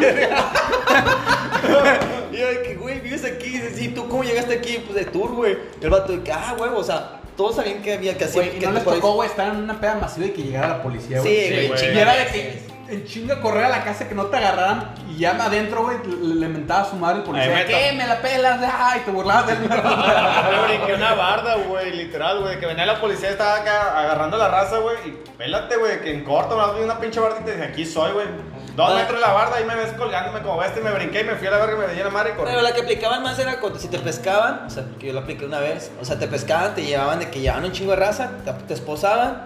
S4: y yo, de que, güey, vives aquí, y dice, sí, ¿tú cómo llegaste aquí? Pues de tour, güey. Y el vato, de que, ah, güey, o sea, todos sabían que había que hacer.
S2: Güey, y
S4: que
S2: no
S4: te
S2: les
S4: podías-
S2: tocó, güey, estar en una peda masiva y que llegara la policía, güey.
S4: Sí,
S1: Sí,
S4: güey,
S1: güey.
S2: Y era
S4: chingada.
S2: de que en chinga correr a la casa que no te agarraran y ya adentro, güey, le, le mentaba a su madre el
S1: Ahí
S2: policía.
S1: meto.
S2: ¿Qué? Me la pelas, ay, te burlabas de él. güey.
S3: Yo brinqué una barda, güey, literal, güey. Que venía la policía, estaba acá agarrando la raza, güey. Y pélate, güey, que en corto me vi una pinche barda y te dije, aquí soy, güey. Dos
S4: Ah.
S3: metros de la barda, ahí me ves colgándome como este, me brinqué y me fui a la verga y me veía la madre y corrí.
S4: Pero la que aplicaban más era cuando si te pescaban, o sea, porque yo la apliqué una vez, o sea, te pescaban, te llevaban de que llevaban un chingo de raza, te, te esposaban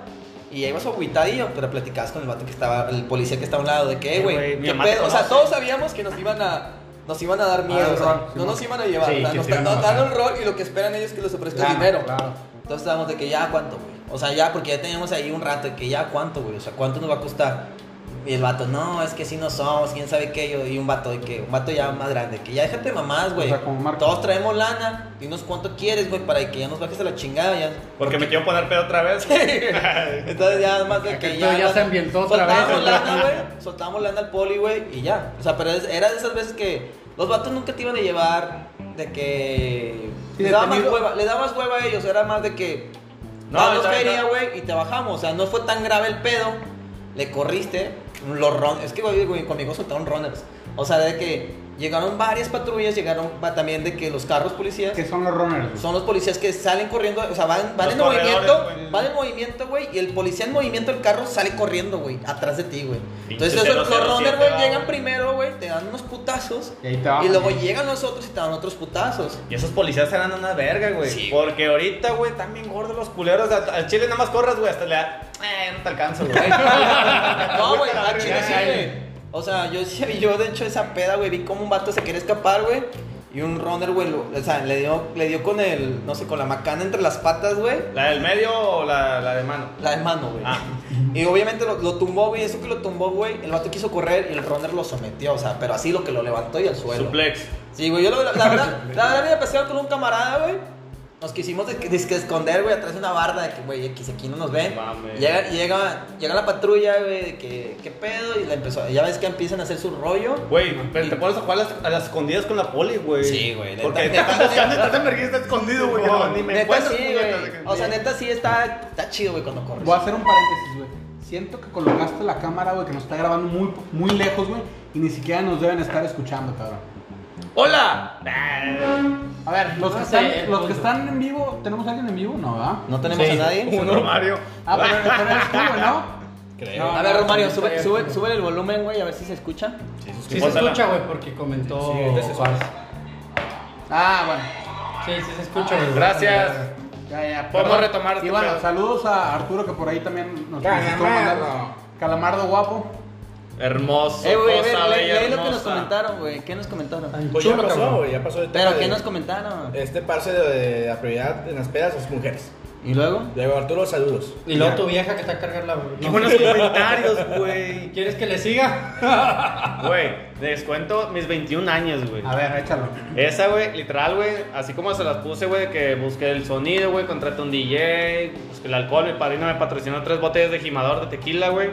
S4: y ya ibas agüitadillo, pero platicabas con el vato que estaba, el policía que estaba a un lado, de que, "Eh,
S1: güey,
S4: güey,
S1: mi
S4: qué
S1: mamá te
S4: pedo, o sea,
S1: conoce.
S4: todos sabíamos que nos iban a... Nos iban a dar miedo,
S2: dar
S4: o sea,
S2: rol, sí,
S4: no nos
S2: mo-
S4: iban a llevar, o
S5: Sí,
S4: sea,
S5: que
S4: nos,
S5: te iban a
S4: nos
S5: matar.
S4: dan un rol y lo que esperan ellos es que les ofrezca
S2: Claro,
S4: dinero.
S2: claro.
S4: Entonces estábamos de que ya cuánto, güey. O sea, ya, porque ya teníamos ahí un rato de que ya cuánto, güey. O sea, cuánto nos va a costar. Y el vato, no, es que si no somos, quién sabe qué. Yo, y un vato de que, un vato ya más grande, que ya déjate mamás, güey.
S2: O sea, como Marco.
S4: Todos traemos lana, dinos cuánto quieres, güey, para que ya nos bajes a la chingada, ya.
S3: Porque me quiero poner pedo otra vez.
S4: Entonces ya más de
S6: Aquel
S4: que
S6: pedo
S4: ya.
S6: ya se ambientó otra vez.
S4: soltábamos lana, güey. Soltábamos lana al poli, güey, y ya. O sea, pero es- era de esas veces que los vatos nunca te iban a llevar de que.
S2: Sí,
S4: le, daba más
S2: detenido.
S4: hueva, le daba más hueva a ellos, era más de que.
S1: No,
S4: danos
S1: está bien,
S4: feria,
S1: no.
S4: güey, y te bajamos. O sea, no fue tan grave el pedo. Le corriste. Los ron. Es que, güey, güey, conmigo soltaron runners. O sea, de que llegaron varias patrullas, llegaron va- también de que los carros policías.
S2: Que son los runners.
S4: Son los policías que salen corriendo, o sea, van, van
S3: Los
S4: en
S3: corredores,
S4: movimiento,
S3: güey.
S4: van en movimiento, güey, y el policía en movimiento, el carro sale corriendo, güey, atrás de ti, güey.
S1: Pinche
S4: Entonces esos- los
S1: 007,
S4: runners, güey,
S1: va,
S4: llegan
S1: güey.
S4: primero, güey, te dan unos putazos,
S2: Y ahí te bajan.
S4: y luego llegan los otros y te dan otros putazos.
S3: Y esos policías eran una verga, güey.
S4: Sí, güey.
S3: porque ahorita, güey, están bien gordos los culeros. Al al chile nada más corres, güey, hasta le da. Eh, no te alcanzo, güey.
S4: No, güey,
S3: la
S4: a Chile
S3: verga,
S4: sí,
S3: ay,
S4: güey. O sea, yo, sí- yo de hecho esa peda, güey, vi como un vato se quiere escapar, güey. Y un runner, güey, lo- o sea, le dio, le dio con el, no sé, con la macana entre las patas, güey.
S3: ¿La del medio o la, la de mano?
S4: La de mano, güey.
S3: Ah.
S4: Y obviamente lo, lo tumbó, güey. Eso que lo tumbó, güey. El vato quiso correr y el runner lo sometió, o sea, pero así lo que lo levantó y al suelo.
S1: Suplex.
S4: Sí, güey. Yo lo- la, la verdad, la verdad había paseado con un camarada, güey. Nos quisimos de- dizque esconder, güey, atrás de una barda de que, güey, X, aquí no nos ven.
S1: Mames.
S4: Llega, llega, llega la patrulla, güey, de que, ¿qué pedo? Y la empezó, ya ves que empiezan a hacer su rollo.
S3: Güey, pero te pones a jugar a las, a las escondidas con la poli, güey.
S4: Sí, güey, neta.
S3: Porque te estás buscando, estás en vergüenza, estás escondido, güey. que no, ni me
S4: Neta
S3: encuentras,
S4: sí,
S3: puñetas, de que-
S4: güey. O sea, neta sí está, está chido, güey, cuando corres.
S2: Voy a hacer un paréntesis, güey. Siento que colocaste la cámara, güey, que nos está grabando muy, muy lejos, güey, y ni siquiera nos deben estar escuchando, cabrón.
S1: ¡Hola!
S2: A ver, los, que,
S6: No sé,
S2: están, los que
S6: punto.
S2: están en vivo, ¿tenemos alguien en vivo? No, ¿verdad?
S4: No tenemos
S1: Sí.
S4: a nadie.
S3: Uno, Mario.
S2: Ah, pero, pero eres tú, güey, ¿no?
S4: No, a ver, Romario, sube, sube, sube el volumen, güey, a ver si se escucha.
S6: Sí se escucha, güey, porque comentó. Juárez.
S2: Ah, bueno.
S6: Sí, sí se escucha, güey.
S1: Gracias.
S2: Ya, ya.
S1: Podemos
S2: perdón.
S1: retomar este
S2: Y bueno,
S1: pedo.
S2: saludos a Arturo, que por ahí también nos visitó
S5: Calamardo.
S2: mandar- Calamardo guapo.
S1: Hermoso.
S4: Eh, güey, a ver,
S1: cosa
S4: lee,
S1: bella,
S4: lee lo que nos
S1: hermosa.
S4: comentaron, güey. ¿Qué nos comentaron?
S5: Pues ya pasó, güey, ya pasó. el tema
S4: Pero, ¿qué
S5: de-
S4: nos comentaron?
S5: Este parce de, de la prioridad en las pedas es mujeres.
S4: ¿Y luego?
S5: Luego Arturo, saludos.
S6: Y luego tu vieja que te va a cargar la.
S3: Qué
S6: no,
S3: buenos comentarios, güey.
S6: ¿Quieres que le siga?
S1: Güey, les cuento mis 21 años, güey.
S2: A ver, échalo.
S1: Esa, güey, literal, güey, así como se las puse, güey, que busqué el sonido, güey, contraté un DJ, busqué el alcohol, mi padrino me patrocinó tres botellas de gimador de tequila, güey.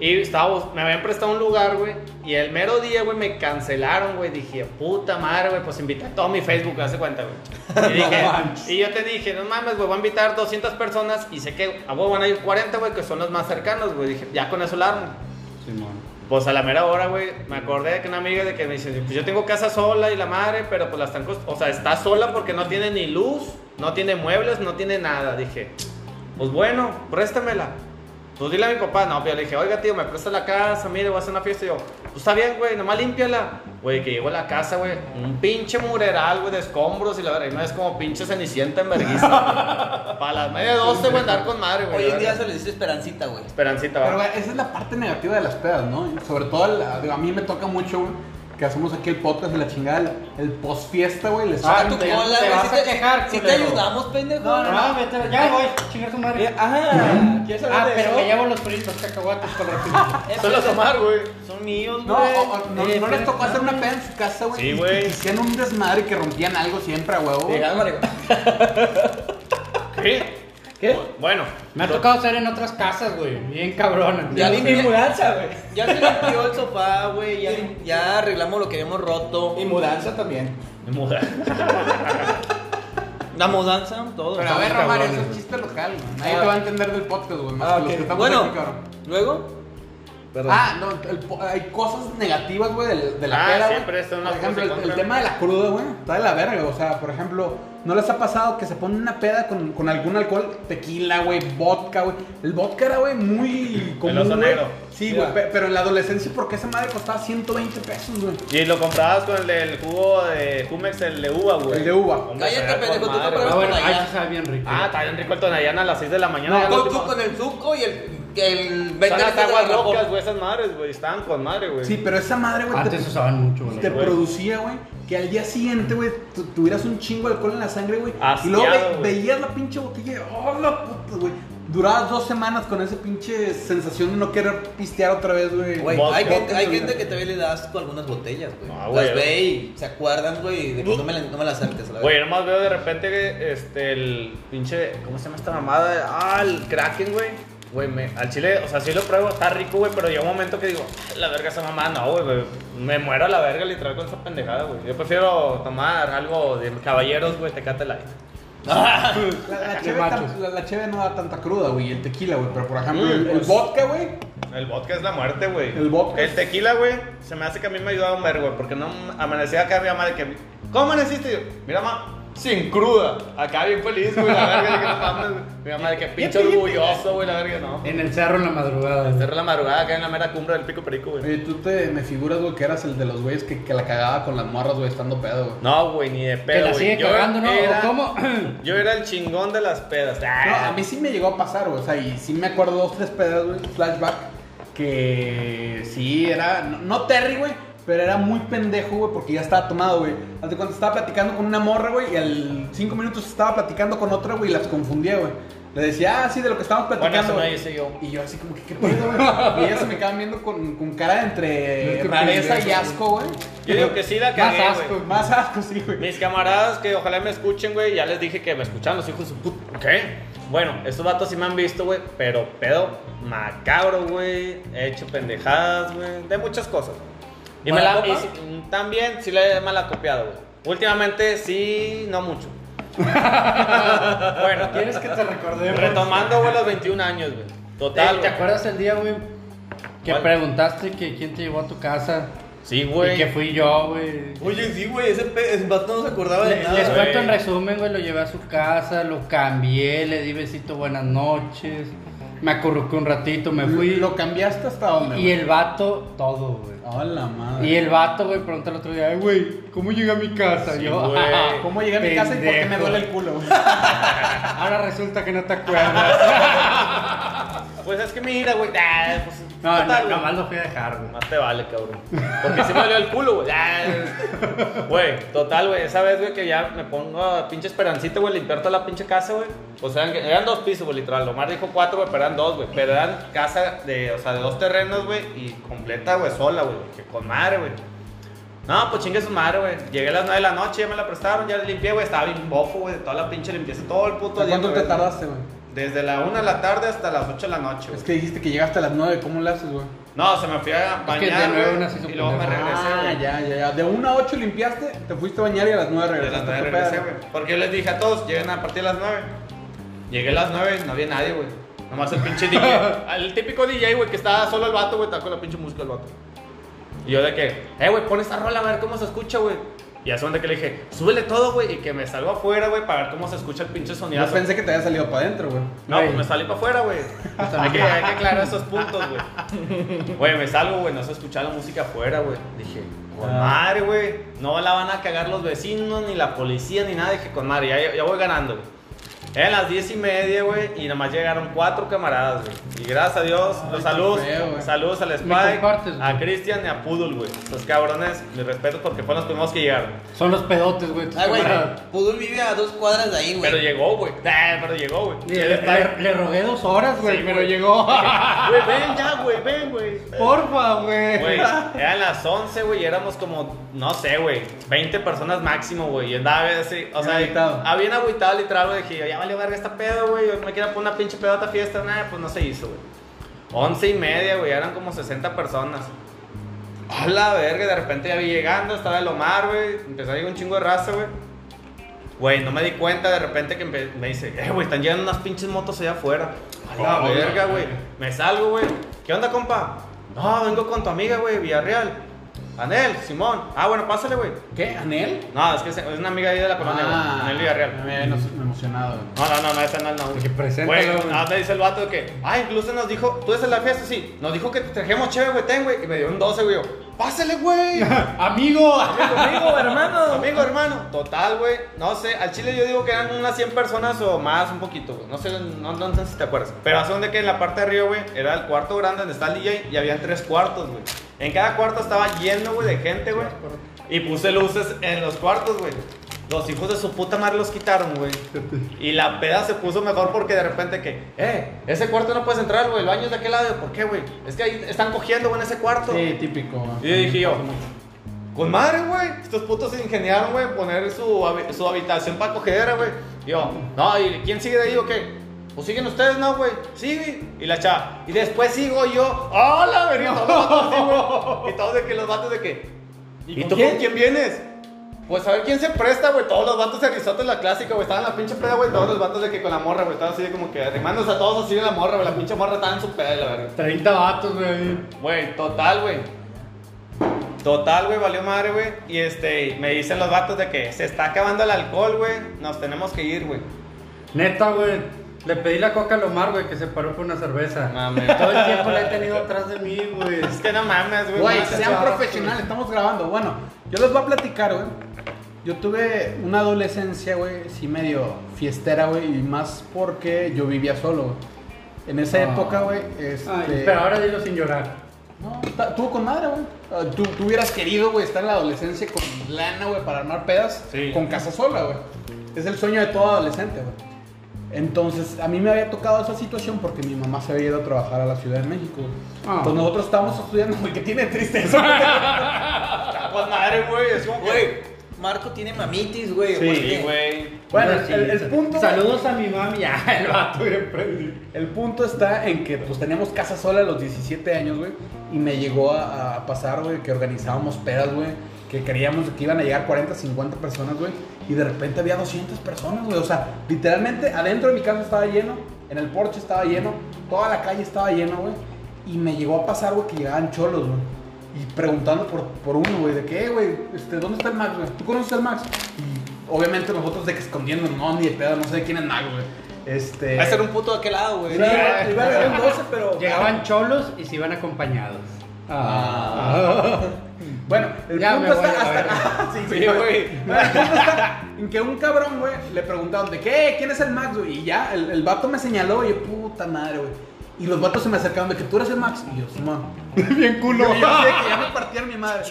S1: Y estaba, bus- me habían prestado un lugar, güey, y el mero día, güey, me cancelaron, güey. Dije, puta madre, güey, pues invité a todo mi Facebook, hace cuenta, güey. Y, dije- y yo te dije, no mames, güey, voy a invitar 200 personas y sé que a vos van a ir 40, güey, que son los más cercanos, güey. Dije, ya con eso la armo. Pues a la mera hora, güey, me acordé de que una amiga de que me dice, pues yo tengo casa sola y la madre, pero pues la están, cost- o sea, está sola porque no tiene ni luz, no tiene muebles, no tiene nada. Dije, pues bueno, préstamela. Pues dile a mi papá, no, pero yo le dije, oiga tío, me presta la casa, mire, voy a hacer una fiesta. Y yo, pues está bien, güey, nomás límpiala. Güey, que llegó a la casa, güey, un pinche mureral, güey, de escombros y la verdad, y no es como pinche cenicienta en vergüenza. güey. Para las media doce, güey, andar con madre, güey.
S4: Hoy
S1: la
S4: en día
S1: verdad.
S4: se le dice esperancita, güey.
S1: Esperancita, va.
S2: Pero, güey, esa es la parte negativa de las pedas, ¿no? Sobre todo, la- digo, a mí me toca mucho, güey, que hacemos aquí el podcast y la chingada, el, post fiesta, güey, les
S4: Ah, tu
S6: te-
S4: cola,
S6: te
S4: güey.
S6: vas
S4: Si
S6: a
S4: te,
S6: quejar,
S4: si te
S6: culero.
S4: ayudamos, pendejo.
S6: No, Eh, no, no, vete, ya voy, chingar tu madre.
S4: Ah, ¿quieres
S6: Ah,
S4: hablar de
S6: pero
S4: eso?
S6: me llevo los fritos cacahuates con la
S4: Eh,
S3: Solo
S4: pues,
S3: tomar, güey.
S4: Son míos,
S2: No,
S4: güey.
S2: o- o- no,
S4: Eh,
S2: no les
S4: pero-
S2: tocó hacer una peda en su casa, güey.
S1: Sí,
S2: y-
S1: güey.
S2: y que Hacían un desmadre y que rompían algo siempre, a huevo. güey.
S4: Llegaba Mario.
S1: ¿Qué?
S4: ¿Qué?
S1: Bueno,
S6: Me ha tocado hacer en otras casas, güey. Bien cabrona.
S4: Ya
S6: Sí.
S4: limpié mudanza, güey. Ya se limpió el sofá, güey. Ya, lim- ya arreglamos lo que habíamos roto.
S5: Y mudanza también.
S1: me muda.
S4: La mudanza, todo.
S2: Pero a ver, Romario, eso es chiste local, güey. Nadie
S4: Ah.
S2: te va a entender del podcast, güey. Más
S5: Ah,
S2: que los
S5: ok.
S2: que estamos
S4: Bueno,
S2: aquí, cabrón.
S4: luego.
S5: Perdón.
S2: Ah, no, el po- hay cosas negativas, güey, del- de, la
S1: Ah,
S2: peda, güey.
S1: siempre son
S2: Por
S1: las
S2: ejemplo,
S1: cosas
S2: el,
S1: en
S2: el
S1: contra.
S2: tema de la cruda, güey, está de la verga. O sea, por ejemplo, ¿no les ha pasado que se ponen una peda con, con algún alcohol? Tequila, güey, vodka, güey. El vodka era, güey, muy común,
S1: oso
S2: güey.
S1: negro.
S2: Sí,
S5: Ya.
S2: güey, pe- pero en la adolescencia, ¿por qué esa madre costaba 120 pesos, güey?
S1: Y lo comprabas con el, del jugo de Jumex, el de uva, güey.
S2: El de uva.
S1: Hombre,
S4: Cállate,
S1: será
S4: pendejo,
S1: con
S4: tú
S1: madre,
S6: Ah,
S4: comprabas-
S1: güey.
S6: bueno, ay, sí sabe bien rico.
S1: Ah, está bien rico el Tonayán a las 6 de la mañana. ya lo
S4: Con,
S1: último.
S4: con el suco y el. el
S1: Son las
S4: litros de
S1: aguas
S4: garrafón.
S1: locas, güey, esas madres, güey. Estaban con madre, güey.
S2: Sí, pero esa madre, güey, te,
S6: Ah, Antes usaban mucho, güey.
S2: te
S1: güey.
S2: producía, güey, que al día siguiente, güey, tu- tuvieras un chingo de alcohol en la sangre, güey. Y luego
S1: Hastiado,
S2: ve-
S1: güey.
S2: veías la pinche botella, y, oh, la puta, güey. Durabas dos semanas con esa pinche sensación de no querer pistear otra vez, güey.
S4: Güey,
S1: Vodka.
S4: hay gente, hay gente que todavía le da asco a algunas botellas, güey.
S1: Ah, güey.
S4: Las ve y se acuerdan, güey, de que no me, la- no me las acerques, la
S1: Güey, yo nomás veo de repente que, este, el pinche. ¿Cómo se llama esta mamada? Ah, el Kraken, güey. Güey, me- al chile, o sea, sí lo pruebo, está rico, güey, pero llega un momento que digo, "Ay, la verga esa mamada, no, güey, güey, me muero a la verga literal con esa pendejada, güey. Yo prefiero tomar algo de caballeros, güey, tecate light.
S2: La, la
S6: De
S2: cheve
S6: machos.
S2: tan- la- la cheve no da tanta cruda, güey. y El tequila, güey. Pero por ejemplo,
S1: Mm,
S2: el, el
S1: pues.
S2: vodka, güey.
S1: El vodka es la muerte, güey.
S2: El vodka
S1: El
S2: es-
S1: tequila, güey, se me hace que a mí me ayudaba un vergo, güey, porque no amanecía acá mi mamá de que, ¿cómo amaneciste? Y yo, mira, mamá, sin cruda. Acá bien feliz, güey, la verga, de que no mames, güey. Mi mamá de que pinche orgulloso, güey, la verga, no.
S6: En el cerro en la madrugada. güey.
S1: Cerré la madrugada acá en la mera cumbre del pico perico, güey.
S2: Oye, eh, tú te me figuras, güey, que eras el de los güeyes que, que la cagaba con las morras, güey, estando pedo, güey.
S1: No, güey, ni de
S6: Que
S1: pedo,
S6: la
S1: güey.
S6: sigue
S1: Yo
S6: cagando, ¿no?
S1: era-
S6: ¿O cómo?
S1: Yo era el chingón de las pedas.
S2: No,
S1: Ah.
S2: a mí sí me llegó a pasar, güey. O sea, y sí me acuerdo dos, tres pedas, güey, flashback. Que sí, era. No, no Terry, güey. Pero era muy pendejo, güey, porque ya estaba tomado, güey. Hace cuando estaba platicando con una morra, güey, y al cinco minutos estaba platicando con otra, güey, y las confundía, güey. Le decía, ah, sí, de lo que estábamos
S1: Bueno,
S2: platicando.
S1: eso no hice yo.
S2: y yo así como que, ¿qué pedo, güey? Y ellas se me quedaban viendo con, con cara de
S6: No,
S2: entre
S6: qué
S2: rareza y
S6: pendejo,
S2: asco, güey.
S1: Yo digo que sí la
S2: Más
S1: cagué,
S2: asco,
S1: güey.
S2: más asco, sí, güey.
S1: Mis camaradas que ojalá me escuchen, güey, ya les dije que me escuchan los hijos de su puta. ¿Qué? Bueno, estos vatos sí me han visto, güey, pero pedo macabro, güey. He hecho pendejadas, güey, de muchas cosas. Y me
S6: ¿Mala
S1: la
S6: copa?
S1: y sí, mm, también sí la he mal copiado, güey. Últimamente sí, no mucho. bueno,
S6: ¿Quieres que te recordemos?
S1: retomando, güey, los 21 años, güey.
S6: Eh, ¿Te,
S1: Total,
S6: te
S1: güey.
S6: acuerdas el día, güey? Que
S1: ¿Cuál?
S6: preguntaste que quién te llevó a tu casa.
S1: Sí,
S6: Y que
S1: güey.
S6: fui yo, güey.
S5: Oye, sí, güey, ese, pe- ese vato no se acordaba de
S6: Les, les
S5: nada.
S6: cuento en resumen, güey, lo llevé a su casa, lo cambié, le di besito, buenas noches, me acurruqué un ratito, me fui.
S2: Lo cambiaste hasta dónde,
S6: y el vato, todo, güey.
S2: Oh, la madre.
S6: Y el vato, güey, pregunta el otro día, "Ay, güey, ¿cómo llegué a mi casa?
S1: Sí,
S6: yo, "Ah,
S1: güey.
S2: ¿Cómo llegué a mi casa y por qué me
S6: pendejo.
S2: duele el culo, güey?
S6: Ahora resulta que no te acuerdas.
S1: Pues es que mira, güey. ah, pues,
S6: No,
S1: total,
S6: no,
S1: güey.
S6: nomás lo fui a dejar, güey.
S1: Más te vale, cabrón. Porque si me dolió el culo, güey. Ah. Güey, total, güey. Esa vez, güey, que ya me pongo a pinche esperancita, güey, limpiar toda la pinche casa, güey. O sea, eran, eran dos pisos, güey, literal. Omar dijo cuatro, güey, pero eran dos, güey. Pero eran casa de, o sea, de dos terrenos, güey, y completa, güey, sola, güey. Que con madre, güey. No, pues chingue su madre, güey. Llegué a las 9 de la noche, ya me la prestaron, ya la limpié, güey. Estaba bien bofo, güey, de toda la pinche limpieza, todo el puto día.
S2: ¿Cuánto
S1: güey.
S2: te tardaste, güey?
S1: Desde la 1 de la tarde hasta las 8 de la noche, güey.
S2: Es que dijiste que llegaste a las 9, ¿cómo le haces, güey?
S1: No, se me fui a
S6: que de
S1: bañar,
S6: nuevo
S1: güey,
S6: una se hizo
S1: y luego me
S6: pendeja.
S1: regresé,
S2: Ah,
S1: güey.
S2: ya, ya, ya. De 1 a 8 limpiaste, te fuiste a bañar y a las 9
S1: De las
S2: regresaste.
S1: 9
S2: ¿Qué
S1: regresé,
S2: pedo?
S1: güey. Porque yo les dije a todos, lleguen a partir de las 9. Llegué a las 9 y no había nadie, güey. Nomás el pinche DJ. El típico DJ, güey, que estaba solo el vato, güey, estaba con la pinche música el vato. Y yo de que, eh, güey, pon esta rola a ver cómo se escucha, güey. Y hace donde que le dije, súbele todo, güey, y que me salgo afuera, güey, para ver cómo se escucha el pinche sonido.
S2: Yo pensé que te había salido para adentro, güey.
S1: No, pues me salí para afuera, güey. hay, que, hay que aclarar esos puntos, güey. Güey, me salgo, güey, no se escuchaba la música afuera, güey. Dije, con madre, güey. No la van a cagar los vecinos, ni la policía, ni nada. Dije, con madre, ya, ya voy ganando, güey. Eran las diez y media, güey, y nomás llegaron cuatro camaradas, güey. Y gracias a Dios, los saludos,
S2: feo, güey.
S1: saludos al
S6: Me
S1: Spike,
S6: compartes,
S1: a
S6: güey.
S1: Cristian y a Pudul, güey. Los cabrones, mis respetos porque fueron los primeros que llegaron.
S6: Son los pedotes, güey. tus
S2: Ah,
S4: Ay, Ah, güey,
S6: camaradas.
S4: Pudul vive a dos cuadras de ahí,
S1: Pero
S4: güey.
S1: llegó, güey. Ah, Pero llegó, güey. Y
S6: Le,
S1: el Spike,
S6: le- le rogué dos horas, güey,
S1: Sí,
S6: pero
S1: güey.
S6: llegó.
S1: Güey, ven ya, güey, ven, güey.
S6: Porfa, güey.
S1: Güey, eran las 11, güey, y éramos como, no sé, güey, 20 personas máximo, güey. Y andaba así, o sea,
S2: Bien agüitado.
S1: había bien agüitado, literal, güey. Dije, ya valió verga esta pedo, güey. Yo me quiero poner una pinche pedota fiesta, nada, pues no se hizo, güey. 11 y media, güey, eran como 60 personas. A la verga, de repente ya vi llegando, estaba el Omar, güey. Empezó a llegar un chingo de raza, güey. Güey, no me di cuenta de repente que empe- me dice, eh, güey, están llegando unas pinches motos allá afuera. A la verga, güey. Me salgo, güey. ¿Qué onda, compa? No, vengo con tu amiga, güey, Villarreal. Anel, Simón. Ah, bueno, pásale, güey.
S2: ¿Qué? ¿Anel?
S1: No, es que es es una amiga ahí de la colonia, güey.
S2: Ah.
S1: Anel Villarreal.
S2: Me había eno- emocionado, güey.
S1: No, no, no, no, esa no es la
S6: Que
S1: única.
S6: preséntalo,
S1: Güey,
S6: güey.
S1: ah, me dice el vato de que, ah, incluso nos dijo, tú eres en la fiesta, sí. Nos dijo que te trajemos chévere, güey, ten, güey. Y me dio un 12, güey. yo, Pásale, güey.
S6: Amigo.
S1: Amigo, hermano. Amigo, hermano. Total, güey. No sé, al chile yo digo que eran unas 100 personas o más, un poquito, güey. No sé, no, no sé si te acuerdas. Pero hace donde que en la parte de arriba, güey, era el cuarto grande donde está el DJ y habían tres cuartos, güey. En cada cuarto estaba lleno, güey, de gente, güey. Y puse luces en los cuartos, güey. Los hijos de su puta madre los quitaron, güey. Y la peda se puso mejor porque de repente que, eh, ese cuarto no puedes entrar, güey. El baño es de aquel lado. ¿Por qué, güey? Es que ahí están cogiendo, güey, en ese cuarto.
S2: Sí, típico, güey.
S1: Y yo dije yo, con madre, güey. Estos putos se ingeniaron, güey, poner su, habi- su habitación para cogedera, güey. Y Yo, no, ¿y quién sigue de ahí o qué? Pues siguen ustedes, no, güey. Sí, güey. Y la chava. Y después sigo yo. ¡Hola, verga! Todos los vatos así, güey. Y todos de que los vatos de que. ¿Y, tú con quién vienes? Pues a ver quién se presta, güey. Todos los vatos de Aristóteles, la clásica, güey. Estaban en la pinche peda, güey. Todos los vatos de que con la morra, güey. Estaban así de como que arrimándose a todos así de la morra, güey. La pinche morra estaba en su peda, la verga.
S6: 30 vatos, güey.
S1: Güey, total, güey. Total, güey, valió madre, güey. Y este, me dicen los vatos de que se está acabando el alcohol, güey. Nos tenemos que ir, güey.
S6: Neta, güey. Le pedí la coca al Omar, güey, que se paró por una cerveza.
S1: Mame.
S6: Todo el tiempo la he tenido atrás de mí, güey.
S1: Es que no mames, güey.
S2: Güey,
S1: no te
S2: sean
S1: chavas,
S2: profesionales, estamos grabando. Bueno, yo les voy a platicar, güey. Yo tuve una adolescencia, güey, sí medio fiestera, güey, y más porque yo vivía solo, güey. En esa
S6: Ah.
S2: época, güey, este...
S6: Ay, pero ahora dilo sin llorar.
S2: No, ta- tuvo con madre, güey. Ah, Tú, tú hubieras querido, güey, estar en la adolescencia con lana, güey, para armar pedas
S1: Sí.
S2: con casa sola, güey. Es el sueño de todo adolescente, güey. Entonces, a mí me había tocado esa situación porque mi mamá se había ido a trabajar a la Ciudad de México. güey.
S6: Ah.
S2: Entonces, nosotros estábamos estudiando, güey, que tiene tristeza.
S1: Ah,
S3: Pues madre, güey, es como que.
S4: Güey, Marco tiene mamitis,
S2: Sí,
S4: güey. porque-
S3: güey.
S2: bueno,
S6: Sí,
S2: el, el
S6: sí.
S2: punto.
S6: Saludos a mi mami. Ya, el vato bien prendido.
S2: El punto está en que pues teníamos casa sola a los 17 años, güey. Y me llegó a, a pasar, güey, que organizábamos pedas, güey. Que creíamos que iban a llegar 40, 50 personas, güey. Y de repente había 200 personas, güey. O sea, literalmente adentro de mi casa estaba lleno. En el porche estaba lleno. Toda la calle estaba llena, güey. Y me llegó a pasar, güey, que llegaban cholos, güey. Y preguntando por, por uno, güey, de qué, güey, este, ¿dónde está el Max, güey? ¿Tú conoces al Max? Y obviamente nosotros de que escondiendo, no, ni de pedo, no sé de quién es Max, güey. Este.
S4: Va a ser un puto de aquel lado, güey.
S2: Iba a- iba a haber un 12, pero.
S6: Llegaban cholos y se iban acompañados. Ah.
S2: Bueno, Ah. el
S6: Ya me
S2: punto
S6: voy
S2: está
S6: a la
S2: hasta. sí, sí, güey. Bueno, el punto está en que un cabrón, güey, le preguntaron de qué, quién es el Max, güey. Y ya, el, el vato me señaló, y yo, puta madre, güey. Y los vatos se me acercaron de que tú eres el Max. Y yo, Simón.
S6: Bien
S2: Y yo así de que ya me partieron mi madre.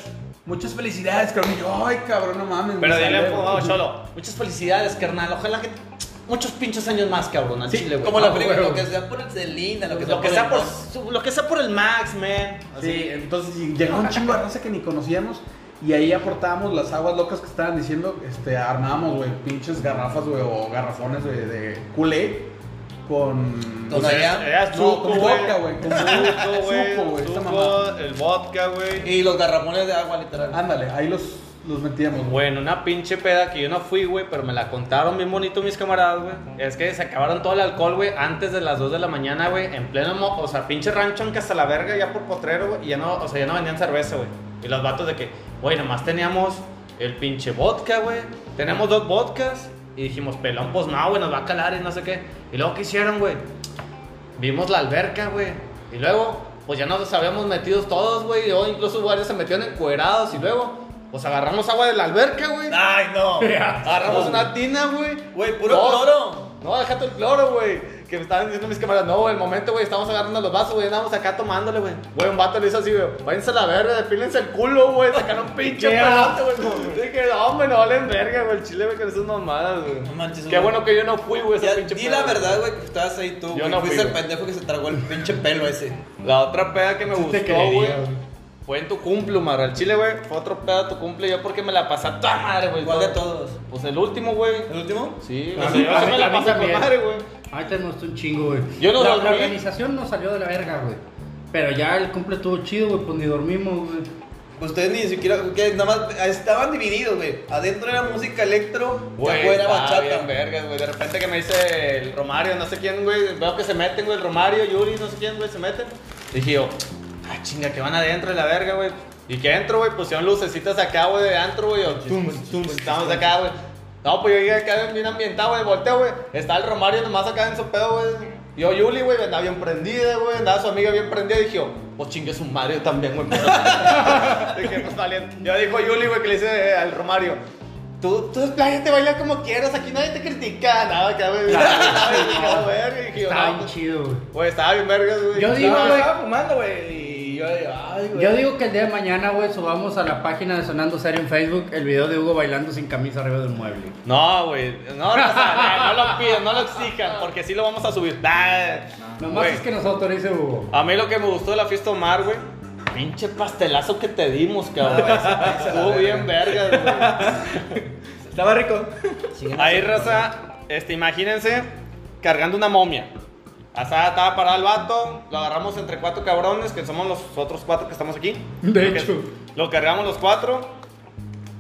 S2: Muchas felicidades, cabrón. Y yo, ay, cabrón, no mames.
S1: Pero
S2: me
S1: dile,
S2: salvé,
S1: por
S2: güey".
S1: favor, Cholo.
S4: Muchas felicidades, carnal. Ojalá que muchos pinches años más, cabrón, al
S2: Sí,
S4: Chile, güey.
S1: como la película.
S4: Lo que sea por el Celina, lo que sea
S1: Lo que,
S4: por
S1: sea
S4: el-
S1: por, su- lo que sea por el Max, man.
S2: Sí, entonces y llegó un chingo de raza que ni conocíamos y ahí aportábamos las aguas locas que estaban diciendo, este, armábamos, güey, pinches garrafas, güey, o garrafones güey, de culé con...
S4: Con allá.
S3: Era
S2: No,
S3: suco,
S2: con
S3: güey.
S2: vodka, güey, con
S3: Suco, güey.
S2: suco, güey, esta
S3: suco,
S2: mamá.
S3: el vodka, güey.
S4: Y los garramones de agua, literal.
S2: Ándale, ahí los, los metíamos, güey.
S1: Bueno, una pinche peda que yo no fui, güey, pero me la contaron bien bonito mis camaradas, güey. Es que se acabaron todo el alcohol, güey, antes de las 2 de la mañana, güey, en pleno, mo- o sea, pinche rancho en hasta la verga ya por potrero, güey, y ya no, o sea, ya no vendían cerveza, güey. Y los vatos de que, güey, nomás teníamos el pinche vodka, güey. Tenemos dos vodkas y dijimos, pelón, pues no, güey, nos va a calar y no sé qué. Y luego qué hicieron, güey? Vimos la alberca, güey. Y luego, pues ya nos habíamos metido todos, güey. Yo incluso varios se metieron encuerados. Y luego, pues agarramos agua de la alberca, güey.
S3: Ay, no.
S1: Agarramos una tina, güey.
S4: Ah, Güey, puro
S1: Dos.
S4: cloro.
S1: No, déjate el cloro, güey. Que me estaban diciendo mis cámaras, no, güey, el momento, güey, estamos agarrando los vasos, güey, andamos acá tomándole, güey. Güey, un vato le hizo así, güey, váyanse a la verga, depílense el culo, güey, sacaron pinche
S6: Qué
S1: pelote, güey. Dije, no, hombre, no valen verga, güey, el chile, güey, que esas mamadas, güey.
S4: No manches,
S1: Qué
S4: güey.
S1: bueno que yo no fui, güey,
S4: Ya,
S1: esa pinche
S4: di
S1: peda,
S4: la
S1: güey.
S4: verdad, güey, que estabas ahí tú, güey.
S1: no fui,
S4: Fuiste el
S1: güey.
S4: pendejo que se tragó el pinche pelo ese.
S1: La otra peda que me
S6: Sí te
S1: gustó,
S6: creería,
S1: güey,
S6: güey.
S1: fue en tu cumple, Marra. El chile, güey, fue otro peda tu cumple. Yo porque me la pasé a toda madre, güey.
S4: ¿Cuál de
S1: todo.
S4: todos?
S1: Pues el último, güey.
S4: ¿El último?
S1: Sí,
S6: A
S1: o sea,
S6: mí-
S1: yo
S6: a
S1: sí
S6: mí-
S1: me
S6: a
S1: la
S6: mí
S1: pasé a toda
S6: también.
S1: madre, güey.
S6: Ahorita me gustó un chingo, güey.
S1: Yo no
S6: la,
S1: dormí.
S6: la organización nos salió de la verga, güey. Pero ya el cumple estuvo chido, güey, pues ni dormimos, güey.
S4: Ustedes ni siquiera, que nada más ah, estaban divididos, güey. Adentro era música electro, y
S1: Güey,
S4: afuera
S1: está
S4: bachata.
S1: bien vergas, güey. De repente que me dice el Romario, no sé quién, güey. Veo que se meten, güey. El Romario, Yuri, no sé quién, güey, se meten. Dije yo, ah, chinga, que van adentro de la verga, güey. Y que entro, güey, pusieron lucecitas acá, güey, de antro, güey. Yo, tum, tum, Estamos acá, güey. No, pues yo llegué acá bien ambientado, güey. Volteo, güey. Está el Romario nomás acá en su pedo, güey. Yo, Yuli, güey, andaba bien prendida, güey. Andaba su amiga bien prendida. Dije yo, pues chingue su Mario también, güey. Dije, pues valiente. Yo dijo Yuli, güey, que le dice eh, al Romario. Tú, tú despláyate, baila como quieras, aquí nadie te critica, nada, que güey. Estaba bien criticado, verga, y dije,
S6: Estaba
S1: no,
S6: bien chido, güey.
S1: Güey, estaba bien vergas, güey.
S6: Yo digo,
S5: No,
S6: güey.
S5: estaba fumando, güey. Y yo, ay, güey.
S6: Yo digo que el día de mañana, güey, subamos a la página de Sonando Serio en Facebook el video de Hugo bailando sin camisa arriba de un mueble.
S1: No, güey, no, no, o sea, no lo pidan, no lo exijan, porque sí lo vamos a subir. Nah,
S6: Nomás
S1: güey.
S6: es que nos autorice Hugo.
S1: A mí lo que me gustó de la fiesta Omar, güey. Pinche pastelazo que te dimos, cabrón. Estuvo bien vergas,
S5: Estaba rico.
S1: güey. Ahí, raza, este, imagínense cargando una momia. Hasta estaba parado el vato, lo agarramos entre cuatro cabrones, que somos los otros cuatro que estamos aquí.
S6: De
S1: Lo que-
S6: hecho.
S1: Lo cargamos los cuatro,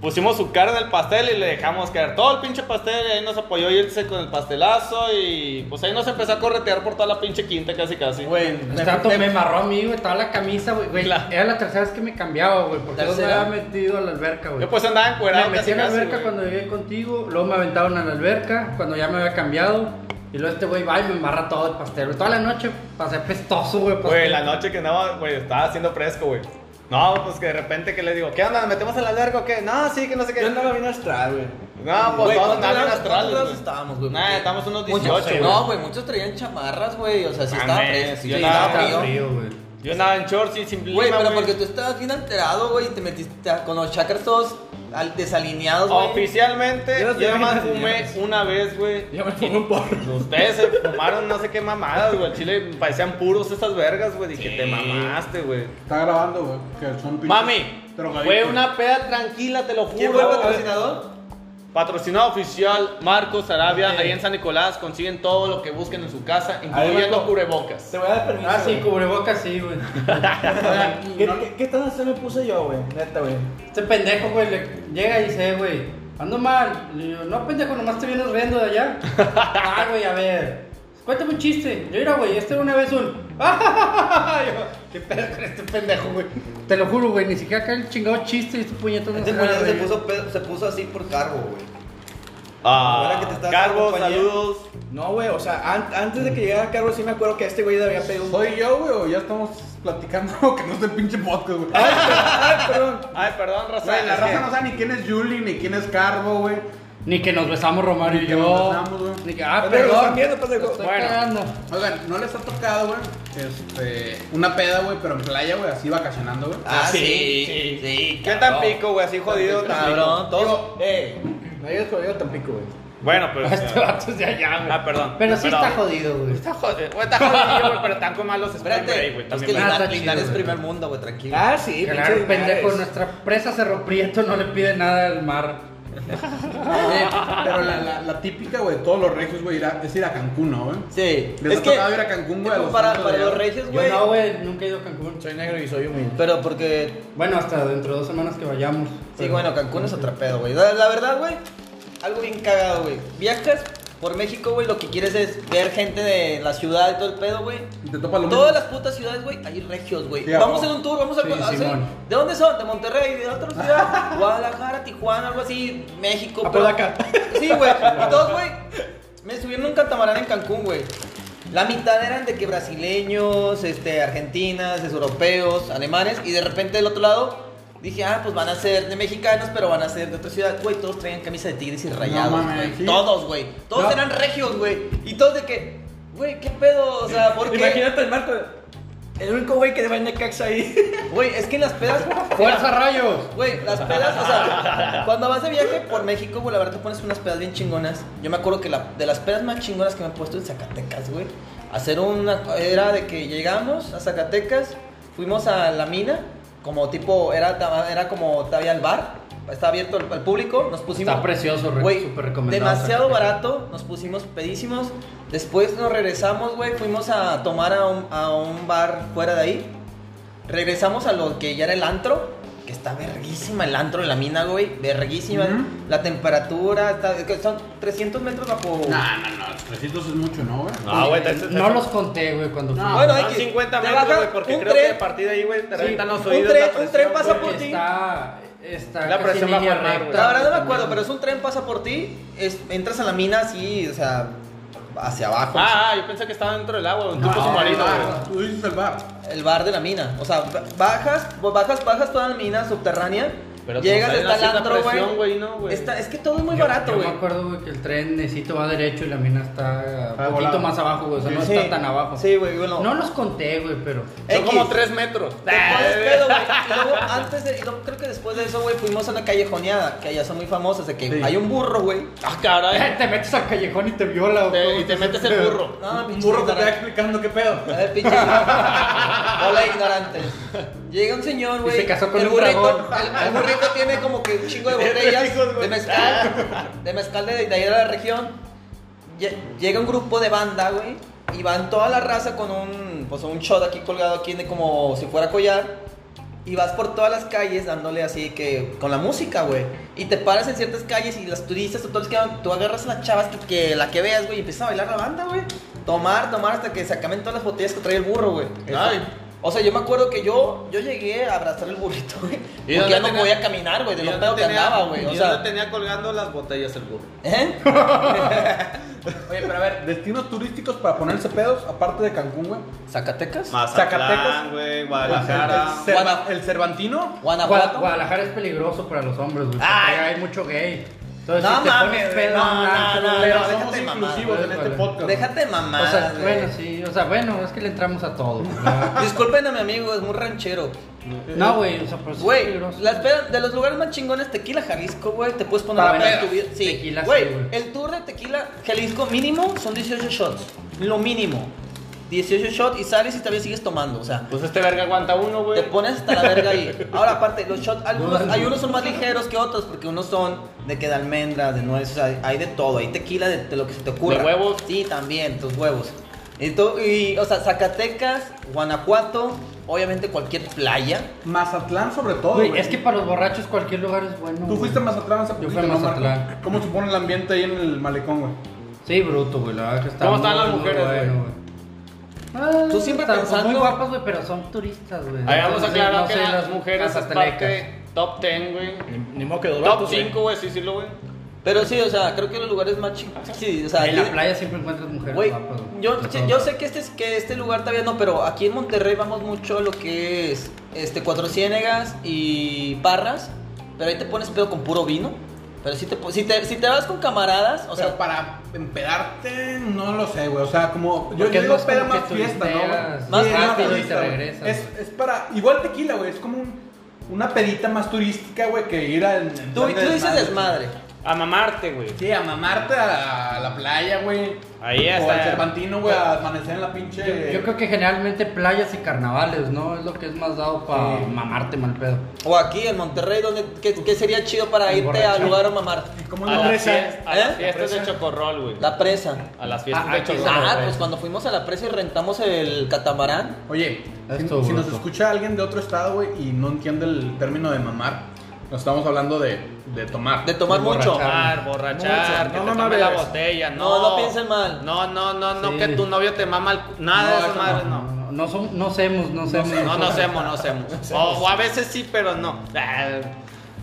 S1: pusimos su cara en el pastel y le dejamos caer todo el pinche pastel y ahí nos apoyó irse con el pastelazo y pues ahí nos empezó a corretear por toda la pinche quinta casi casi.
S4: Güey, me-
S6: Tanto
S4: me-
S6: me marró a mí, güey, estaba la camisa, güey, güey.
S1: La-
S6: Era la tercera vez que me cambiaba, güey, porque yo me
S4: Tercera.
S6: había metido a la alberca, güey.
S1: Yo pues andaba encuerado
S6: Me metí
S1: casi,
S6: en la
S1: casi,
S6: alberca
S1: güey.
S6: cuando llegué contigo, luego me aventaron a la alberca cuando ya me había cambiado. Y luego este güey va y me embarra todo el pastel. güey. Toda la noche pasé pestoso, güey.
S1: Güey,
S6: pastel.
S1: la noche que andaba, güey, estaba haciendo fresco, güey. No, pues que de repente que le digo, ¿qué onda? ¿Nos metemos en la alberca o qué? No, sí, que no sé qué.
S5: Yo andaba bien astral, güey.
S1: No, pues
S4: Güey,
S1: todos
S4: ¿cuántos
S1: andaban
S4: grados-
S1: astrales,
S4: cuántos grados
S1: güey.
S4: estábamos, güey?
S1: Nah,
S4: Porque-
S1: estamos unos
S4: Muchos-
S1: 18, güey.
S4: No, güey, muchos traían chamarras, güey. O sea, sí estaba
S1: Mames,
S4: fresco.
S1: yo
S4: sí
S1: nada,
S4: estaba frío.
S6: güey.
S1: Yo andaba en shorts y sin
S4: Güey,
S1: pluma,
S4: pero porque tú estabas bien alterado, güey, y te metiste a- con los chakras todos al- desalineados, güey.
S1: Oficialmente,
S5: Yo
S1: yo,
S5: no sé,
S1: más
S5: yo no sé.
S1: fumé una vez, güey.
S5: Yo me pongo un porro.
S1: Ustedes se fumaron no sé qué mamadas, güey. Al Chile parecían puros estas vergas, güey. Y que te mamaste, güey.
S2: Está grabando, güey. Que son pinches
S1: Mami,
S2: drogadictos.
S1: fue una peda tranquila, te lo juro.
S4: ¿Quién fue el
S1: güey.
S4: patrocinador?
S1: Patrocinado oficial, Marcos Arabia, ahí en San Nicolás. Consiguen todo lo que busquen en su casa, incluyendo
S5: Marco.
S1: cubrebocas.
S5: Te voy a dar permiso.
S6: Ah, sí,
S5: güey.
S6: cubrebocas, sí, güey.
S5: ¿Qué, qué, qué tan hasta me puse yo, güey? Neta, güey.
S6: Este pendejo, güey, le llega y dice, güey, ando mal. Le digo, no, pendejo, nomás te vienes riendo de allá. ah, güey, a ver. Cuéntame un chiste. Yo era, güey, este era una vez un. Yo, ¿Qué pedo con este pendejo, güey? Te lo juro, güey, ni siquiera acá el chingado chiste y este puñetón no
S4: Este
S6: se agarra
S4: puñal
S6: de
S4: se
S6: mí.
S4: puso, pe- se puso así por cargo, güey.
S1: Ah,
S4: Ahora que te estás
S1: Carbo,
S4: acompañando.
S1: saludos.
S5: No, güey, o sea, an- antes de que llegara Carlos, sí me acuerdo que este güey le había pedido un.
S2: ¿Soy yo, güey? ¿O ya estamos platicando que no es el pinche podcast, güey?
S5: Ay, per- ay, perdón.
S1: Ay, perdón, Raza.
S2: Güey, la
S1: es
S2: raza
S1: que-
S2: no sabe ni quién es Julie, ni quién es Carbo, güey.
S6: Ni que nos besamos Romario
S2: Ni
S6: y
S2: que
S6: yo.
S2: nos besamos, güey.
S6: Ni que, ah,
S5: Pendejo,
S6: perdón.
S5: están viendo, pendejo.
S6: Lo estoy
S1: Bueno.
S6: cagando.
S2: Oigan, ¿no les ha tocado, güey? Este, una peda, güey, pero en playa, güey, así vacacionando, güey.
S4: Ah, sí.
S1: sí,
S4: Sí,
S1: ¿Qué tan
S4: cabrón.
S1: pico, güey? Así jodido, tan
S4: Cabrón, todo. Eh,
S5: No llegas conmigo Tampico, güey.
S1: Bueno, pues.
S6: Este vato es de allá, güey.
S1: Ah, perdón.
S6: Pero sí está
S1: Perdón.
S6: jodido, güey.
S1: Está jodido, güey, está jodido, güey, pero tan con malos spray break,
S4: espérate.
S1: güey.
S4: Es
S1: también,
S4: que
S1: güey.
S6: Ah, está
S4: Linares,
S6: chido,
S4: Linares es
S6: güey.
S4: primer mundo, güey, tranquilo.
S5: Ah, sí,
S6: Claro, pendejo,
S5: no
S6: nuestra presa Cerro Prieto no le pide nada al mar.
S2: Eh, pero la, la, la típica, güey, de todos los regios, güey, ir a- es ir a Cancún, ¿no, güey?
S4: Sí.
S2: Les ha tocado ir a Cancún, güey, a los
S4: Para,
S2: santos
S4: para
S2: de
S4: los
S2: allá.
S4: reyes,
S6: Yo
S4: güey.
S6: no, güey, nunca he ido a Cancún.
S5: Soy negro y soy humilde.
S4: Pero porque
S6: Bueno, hasta dentro de dos semanas que vayamos.
S4: Sí,
S6: Pero-
S4: bueno, Cancún es otro pedo, güey. La, la verdad, güey, algo bien cagado, güey. Viajas por México, güey, lo que quieres es ver gente de la ciudad y todo el pedo, güey.
S2: Y te topas lo
S4: Todas
S2: mismo.
S4: las putas ciudades, güey, hay regios, güey.
S2: Sí,
S4: vamos a
S2: ah,
S4: hacer un tour, vamos a...
S6: sí,
S4: a hacer-
S6: Simón.
S4: ¿De dónde son? ¿De Monterrey? ¿De otra ciudad? Guadalajara, Tijuana, algo así,
S2: Ah,
S4: México. pero-
S5: Apodaca.
S4: Sí, güey. Y todos, güey, me subieron a un catamarán en Cancún, güey. La mitad eran de que brasileños, este, argentinas, es europeos, alemanes, y de repente del otro lado dije, ah, pues van a ser de mexicanos, pero van a ser de otra ciudad. Güey, todos traían camisa de tigres y rayados,
S2: mames,
S4: güey.
S2: sí.
S4: Todos, güey. Todos
S2: No.
S4: eran regios, güey. Y todos de que, güey, ¿qué pedo? O sea, ¿por qué?
S5: Imagínate el marco. El único güey que va en Necaxa ahí.
S4: Güey, es que en las pedas...
S6: ¡Fuerza rayos!
S4: Güey, las pedas, o sea, cuando vas de viaje por México, güey, la verdad te pones unas pedas bien chingonas. Yo me acuerdo que la, de las pedas más chingonas que me he puesto en Zacatecas, güey, hacer una. Era de que llegamos a Zacatecas, fuimos a la mina, como tipo, era, ta- era como todavía el bar, estaba abierto al, al público, nos pusimos.
S6: Está precioso, re-
S4: Güey,
S6: súper recomendado.
S4: demasiado
S6: Zacatecas.
S4: barato, nos pusimos pedísimos. Después nos regresamos, güey, fuimos a tomar a un, a un bar fuera de ahí. Regresamos a lo que ya era el antro, que está verguísima el antro de la mina, güey, verguísima.
S2: Ujú.
S4: La temperatura, está- es que son 300 metros bajo...
S2: No, no, no, 300 es mucho, ¿no,
S5: Pues,
S2: güey?
S5: Ah,
S1: No, Ah, güey, te- te-
S6: No los conté, güey, cuando
S2: No,
S6: fui.
S4: bueno, hay
S1: Son
S4: que-
S1: 50
S4: te
S1: metros,
S4: baja
S1: güey, porque
S4: un
S1: creo que
S4: tren.
S1: a partir de ahí, güey, te
S6: Sí,
S1: reventan los
S4: un
S1: oídos.
S4: tren-
S1: la
S4: un
S1: presión,
S4: tren pasa
S1: güey.
S4: por ti.
S6: Está. Está.
S1: La
S6: casi
S1: presión
S6: en
S1: bajo
S6: línea
S1: el mar,
S6: recta.
S4: La verdad no me acuerdo, pero es un tren pasa por ti, es, entras a la mina así, o sea, hacia abajo.
S1: Ah, ah, yo pensé que estaba dentro del agua, un tipo
S2: No,
S1: submarino,
S2: el
S1: güey.
S2: bar, Ah, Tú dices el bar.
S4: El bar de la mina. O sea, ba- bajas, bajas, bajas toda la mina subterránea.
S1: Pero
S4: llegas,
S1: como
S4: está el
S1: está en la
S4: antro,
S1: presión,
S4: güey.
S1: güey, no, güey.
S4: Está- Es que todo es muy
S6: Yo-
S4: barato,
S6: yo
S4: güey.
S6: me acuerdo, güey, que el tren necesito va derecho y la mina está
S2: Ah,
S6: un poquito
S2: volado.
S6: más abajo, güey. O sea, no
S4: Sí.
S6: está tan abajo.
S4: Sí, güey, bueno.
S6: No los conté, güey, pero.
S1: Son como
S4: X.
S1: 3 metros. Eh,
S4: Te pones pedo, güey. Y luego, antes de. y luego creo que después de eso, güey, fuimos a una callejoneada. Que allá son muy famosas. De que
S2: Sí.
S4: hay un burro, güey.
S1: Ah, caray.
S6: Te metes al callejón y te viola,
S1: Te-
S6: güey.
S1: Y te metes el burro. Ah,
S2: Un
S4: No, pinche
S2: burro que te va
S4: ignorante.
S2: explicando qué pedo.
S4: A ver, pinche. Hola, ignorante. Llega un señor, güey.
S6: Y se casó con
S4: el
S6: un
S4: burrito.
S6: dragón.
S4: El, el burrito tiene como que un chingo de botellas de mezcal. De mezcal de, de ahí de la región. Lle- Llega un grupo de banda, güey. Y van toda la raza con un, pues, un shot aquí colgado aquí de como si fuera collar. Y vas por todas las calles dándole así que con la música, güey. Y te paras en ciertas calles y las turistas o todos los que van, tú agarras a las chavas que, que la que veas, güey, y empiezas a bailar la banda, güey. Tomar, tomar hasta que se acaben todas las botellas que trae el burro, güey.
S1: Ay.
S4: O sea, yo me acuerdo que yo, yo llegué a abrazar el burrito, güey. Porque
S1: ¿Y dónde
S4: ya no
S1: tenía-
S4: podía caminar, güey, de
S1: ¿Y
S4: lo
S1: dónde
S4: pedo que
S1: tenía-
S4: andaba, güey. O
S1: ¿Y
S4: sea,
S1: dónde tenía colgando las botellas el burro?
S4: ¿eh?
S2: Oye, pero a ver, destinos turísticos para ponerse pedos, aparte de Cancún, güey.
S4: ¿Zacatecas?
S2: Zacatecas.
S3: Mazatlán, güey, Guadalajara.
S2: El, Cerva-
S4: Guana-
S2: el Cervantino.
S6: Gua-
S4: Guanajuato.
S6: Guadalajara es peligroso para los hombres, güey. porque
S4: Ay.
S6: Hay mucho gay. Entonces,
S4: No
S6: si te
S4: mames,
S6: pones
S4: güey,
S6: pedo,
S4: no,
S6: nada,
S4: no, no,
S6: pero
S4: no,
S2: somos
S4: déjate mamar,
S2: inclusivos en
S6: güey,
S2: este
S6: güey.
S2: podcast.
S4: Déjate
S6: O sea,
S4: mamadas, güey.
S6: bueno, sí, o sea, bueno, es que le entramos a todo. güey.
S4: Disculpen a mi amigo, es muy ranchero.
S6: No, güey, o sea, pero sí es
S4: Güey,
S6: peligroso.
S4: las pedas- de los lugares más chingones, Tequila Jalisco, güey, te puedes poner
S6: Para
S4: la peda de tu vida.
S6: veras,
S4: Sí,
S6: Ah, tequila,
S4: güey,
S6: sí, güey.
S4: el tour de Tequila Jalisco mínimo son 18 shots, lo mínimo. 18 shots y sales y todavía sigues tomando, o sea,
S1: Pues este verga aguanta uno, güey.
S4: te pones hasta la verga ahí. Ahora, aparte, los shots, algunos,
S6: Dudan.
S4: hay unos son más ligeros que otros, porque unos son de que de almendra, de nueces, o sea, hay de todo, hay tequila de, de lo que se te ocurra.
S1: ¿De huevos?
S4: Sí, también, tus huevos. Y, to- y, o sea, Zacatecas, Guanajuato, obviamente cualquier playa.
S2: Mazatlán sobre todo,
S6: Güey,
S2: güey.
S6: es que para los borrachos cualquier lugar es bueno.
S2: Tú
S6: güey.
S2: fuiste a Mazatlán hace
S6: Yo fui
S2: poquito,
S6: a
S2: ¿no,
S6: Mazatlán.
S2: Marco? ¿Cómo se pone el ambiente ahí en el malecón, güey?
S6: Sí, bruto, güey, la verdad que está
S1: ¿Cómo están
S6: muy,
S1: las
S6: muy
S1: mujeres, güey?
S6: Ah,
S4: Tú siempre
S6: están
S4: pensando-
S6: Muy guapas, güey, pero son turistas, güey.
S1: Habíamos
S6: Entonces,
S1: aclarado
S6: no
S1: que
S6: sé,
S1: las mujeres es
S6: azatecas.
S1: parte top 10, güey.
S5: Ni, ni modo que los
S1: Top
S5: vatos, güey.
S1: 5, güey, sí, sí, lo, güey.
S4: Pero sí, o sea, creo que los lugares más chicos. Sí, o sea,
S6: En la
S4: aquí-
S6: playa pues, siempre encuentras mujeres
S4: Güey,
S6: guapas, güey.
S4: yo,
S6: De
S4: che-
S6: todo.
S4: yo sé que este, es- que este lugar todavía no, pero aquí en Monterrey vamos mucho a lo que es este, Cuatro Ciénegas y Parras, pero ahí te pones pedo con puro vino. Pero si te, po- si te, si te vas con camaradas, o
S2: O
S4: sea,
S2: sea, para empedarte, no lo sé, güey. O sea, como. Yo,
S6: Porque
S2: yo
S6: es
S2: digo
S6: más
S2: peda
S6: como que
S2: más fiesta, ¿no?
S6: turisteas,
S2: güey?
S4: más
S2: Sí,
S4: rápido
S6: y te
S2: turista, güey.
S6: regresas,
S2: Es,
S6: güey.
S2: es para. Igual tequila, güey. Es como un- una pedita más turística, güey, que ir a. en- en
S4: tú,
S2: plan
S4: tú
S2: de
S4: dices desmadre.
S1: A mamarte, güey.
S2: Sí, a mamarte a la playa, güey.
S1: Ahí
S2: O
S1: está.
S2: al Cervantino, güey, a amanecer en la pinche.
S6: Yo, yo creo que generalmente playas y carnavales, ¿no? Es lo que es más dado para
S2: Sí.
S6: mamarte mal pedo.
S4: O aquí en Monterrey, donde, ¿qué, qué sería chido para
S6: El
S4: irte al
S6: borrachón.
S4: lugar a mamar?
S2: ¿Cómo
S1: A
S2: no?
S1: las fies- a
S4: ¿Eh?
S1: las fiestas de Chocorrol, güey.
S4: La presa.
S1: A las fiestas
S6: Ah,
S1: de
S6: ah,
S1: Chocorrol.
S4: Ah,
S1: güey.
S4: pues cuando fuimos a la presa y rentamos el catamarán,
S2: Oye, si-
S6: Esto,
S2: si,
S6: bruto.
S2: nos escucha alguien de otro estado, güey, y no entiende el término de mamar, nos estamos hablando de, de tomar.
S4: de tomar mucho.
S1: Borrachar, borrachar,
S5: Mucho.
S1: que
S5: No,
S1: te
S5: no, no,
S1: tome la
S5: bebes.
S1: botella, no.
S4: No, no piensen mal.
S1: No, no, no, no,
S6: Sí.
S1: que tu novio te mama el cu- Nada
S2: No,
S1: de esa
S2: eso
S1: madre, no.
S6: No, no, som- no somos, no somos.
S1: No, no
S6: nosotros.
S1: hacemos, no hacemos. O, o a veces sí, pero no. Ah,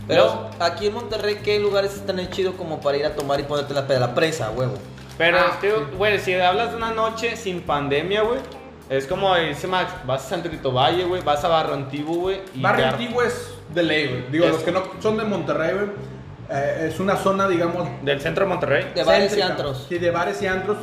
S4: Pero aquí en Monterrey, ¿qué lugares están chidos como para ir a tomar y ponerte la peda? La presa, huevo.
S1: Pero,
S6: Ah,
S1: tío, güey, si hablas de una noche sin pandemia, güey, es como dice Max, vas a San Trito Valle, güey, vas a Barrio Antiguo, güey. y
S2: Barrio
S1: te ar-
S2: Antiguo es de ley, güey. Digo,
S1: Es-
S2: los que no son de Monterrey, güey, eh, es una zona, digamos,
S1: Del centro de Monterrey.
S4: De bares y
S2: céntrica.
S4: antros.
S2: Sí, de bares y antros,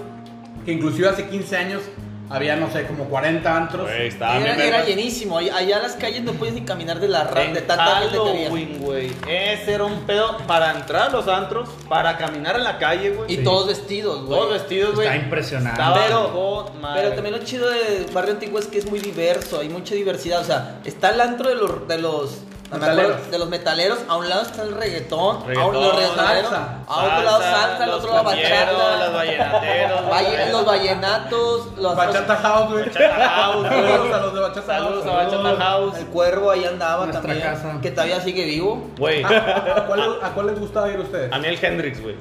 S2: que inclusive hace 15 años había, no sé, como 40 antros.
S1: Güey, estaba
S4: Era,
S1: bien
S4: era
S1: vergas.
S4: llenísimo. ahí- Allá las calles no puedes ni caminar de la ra- de
S1: En
S4: tanta gente que había.
S1: Halloween, güey. Ese era un pedo para entrar a los antros, para caminar en la calle, güey.
S4: Y
S6: Sí.
S4: todos vestidos, güey.
S1: Todos vestidos, güey.
S6: Está impresionante.
S1: Estaba
S4: Pero-
S1: con madre.
S4: Pero también lo chido de Barrio Antiguo es que es muy diverso, hay mucha diversidad. O sea, está el antro de los. De los no me
S2: Metaleros.
S4: acuerdo, de los metaleros, a un lado está el reggaetón, a
S1: Reggaetón,
S4: un los reggaetoneros,
S2: salsa,
S4: a otro lado salsa, al
S1: los
S4: otro lado
S1: cumbieros, Los
S4: bachata,
S1: vallenateros.
S4: valle- los vallenatos, los
S2: Bachata House, güey.
S1: Bachata House, güey.
S2: Saludos a los de Bachata
S1: Saludos a
S2: House.
S1: Bachata House.
S4: el cuervo ahí andaba
S6: Nuestra
S4: también,
S6: casa.
S4: que todavía sigue vivo.
S1: Güey,
S2: Ah, ¿A cuál, ¿A cuál les gustaba ir a ustedes?
S1: a mí el Hendrix, güey.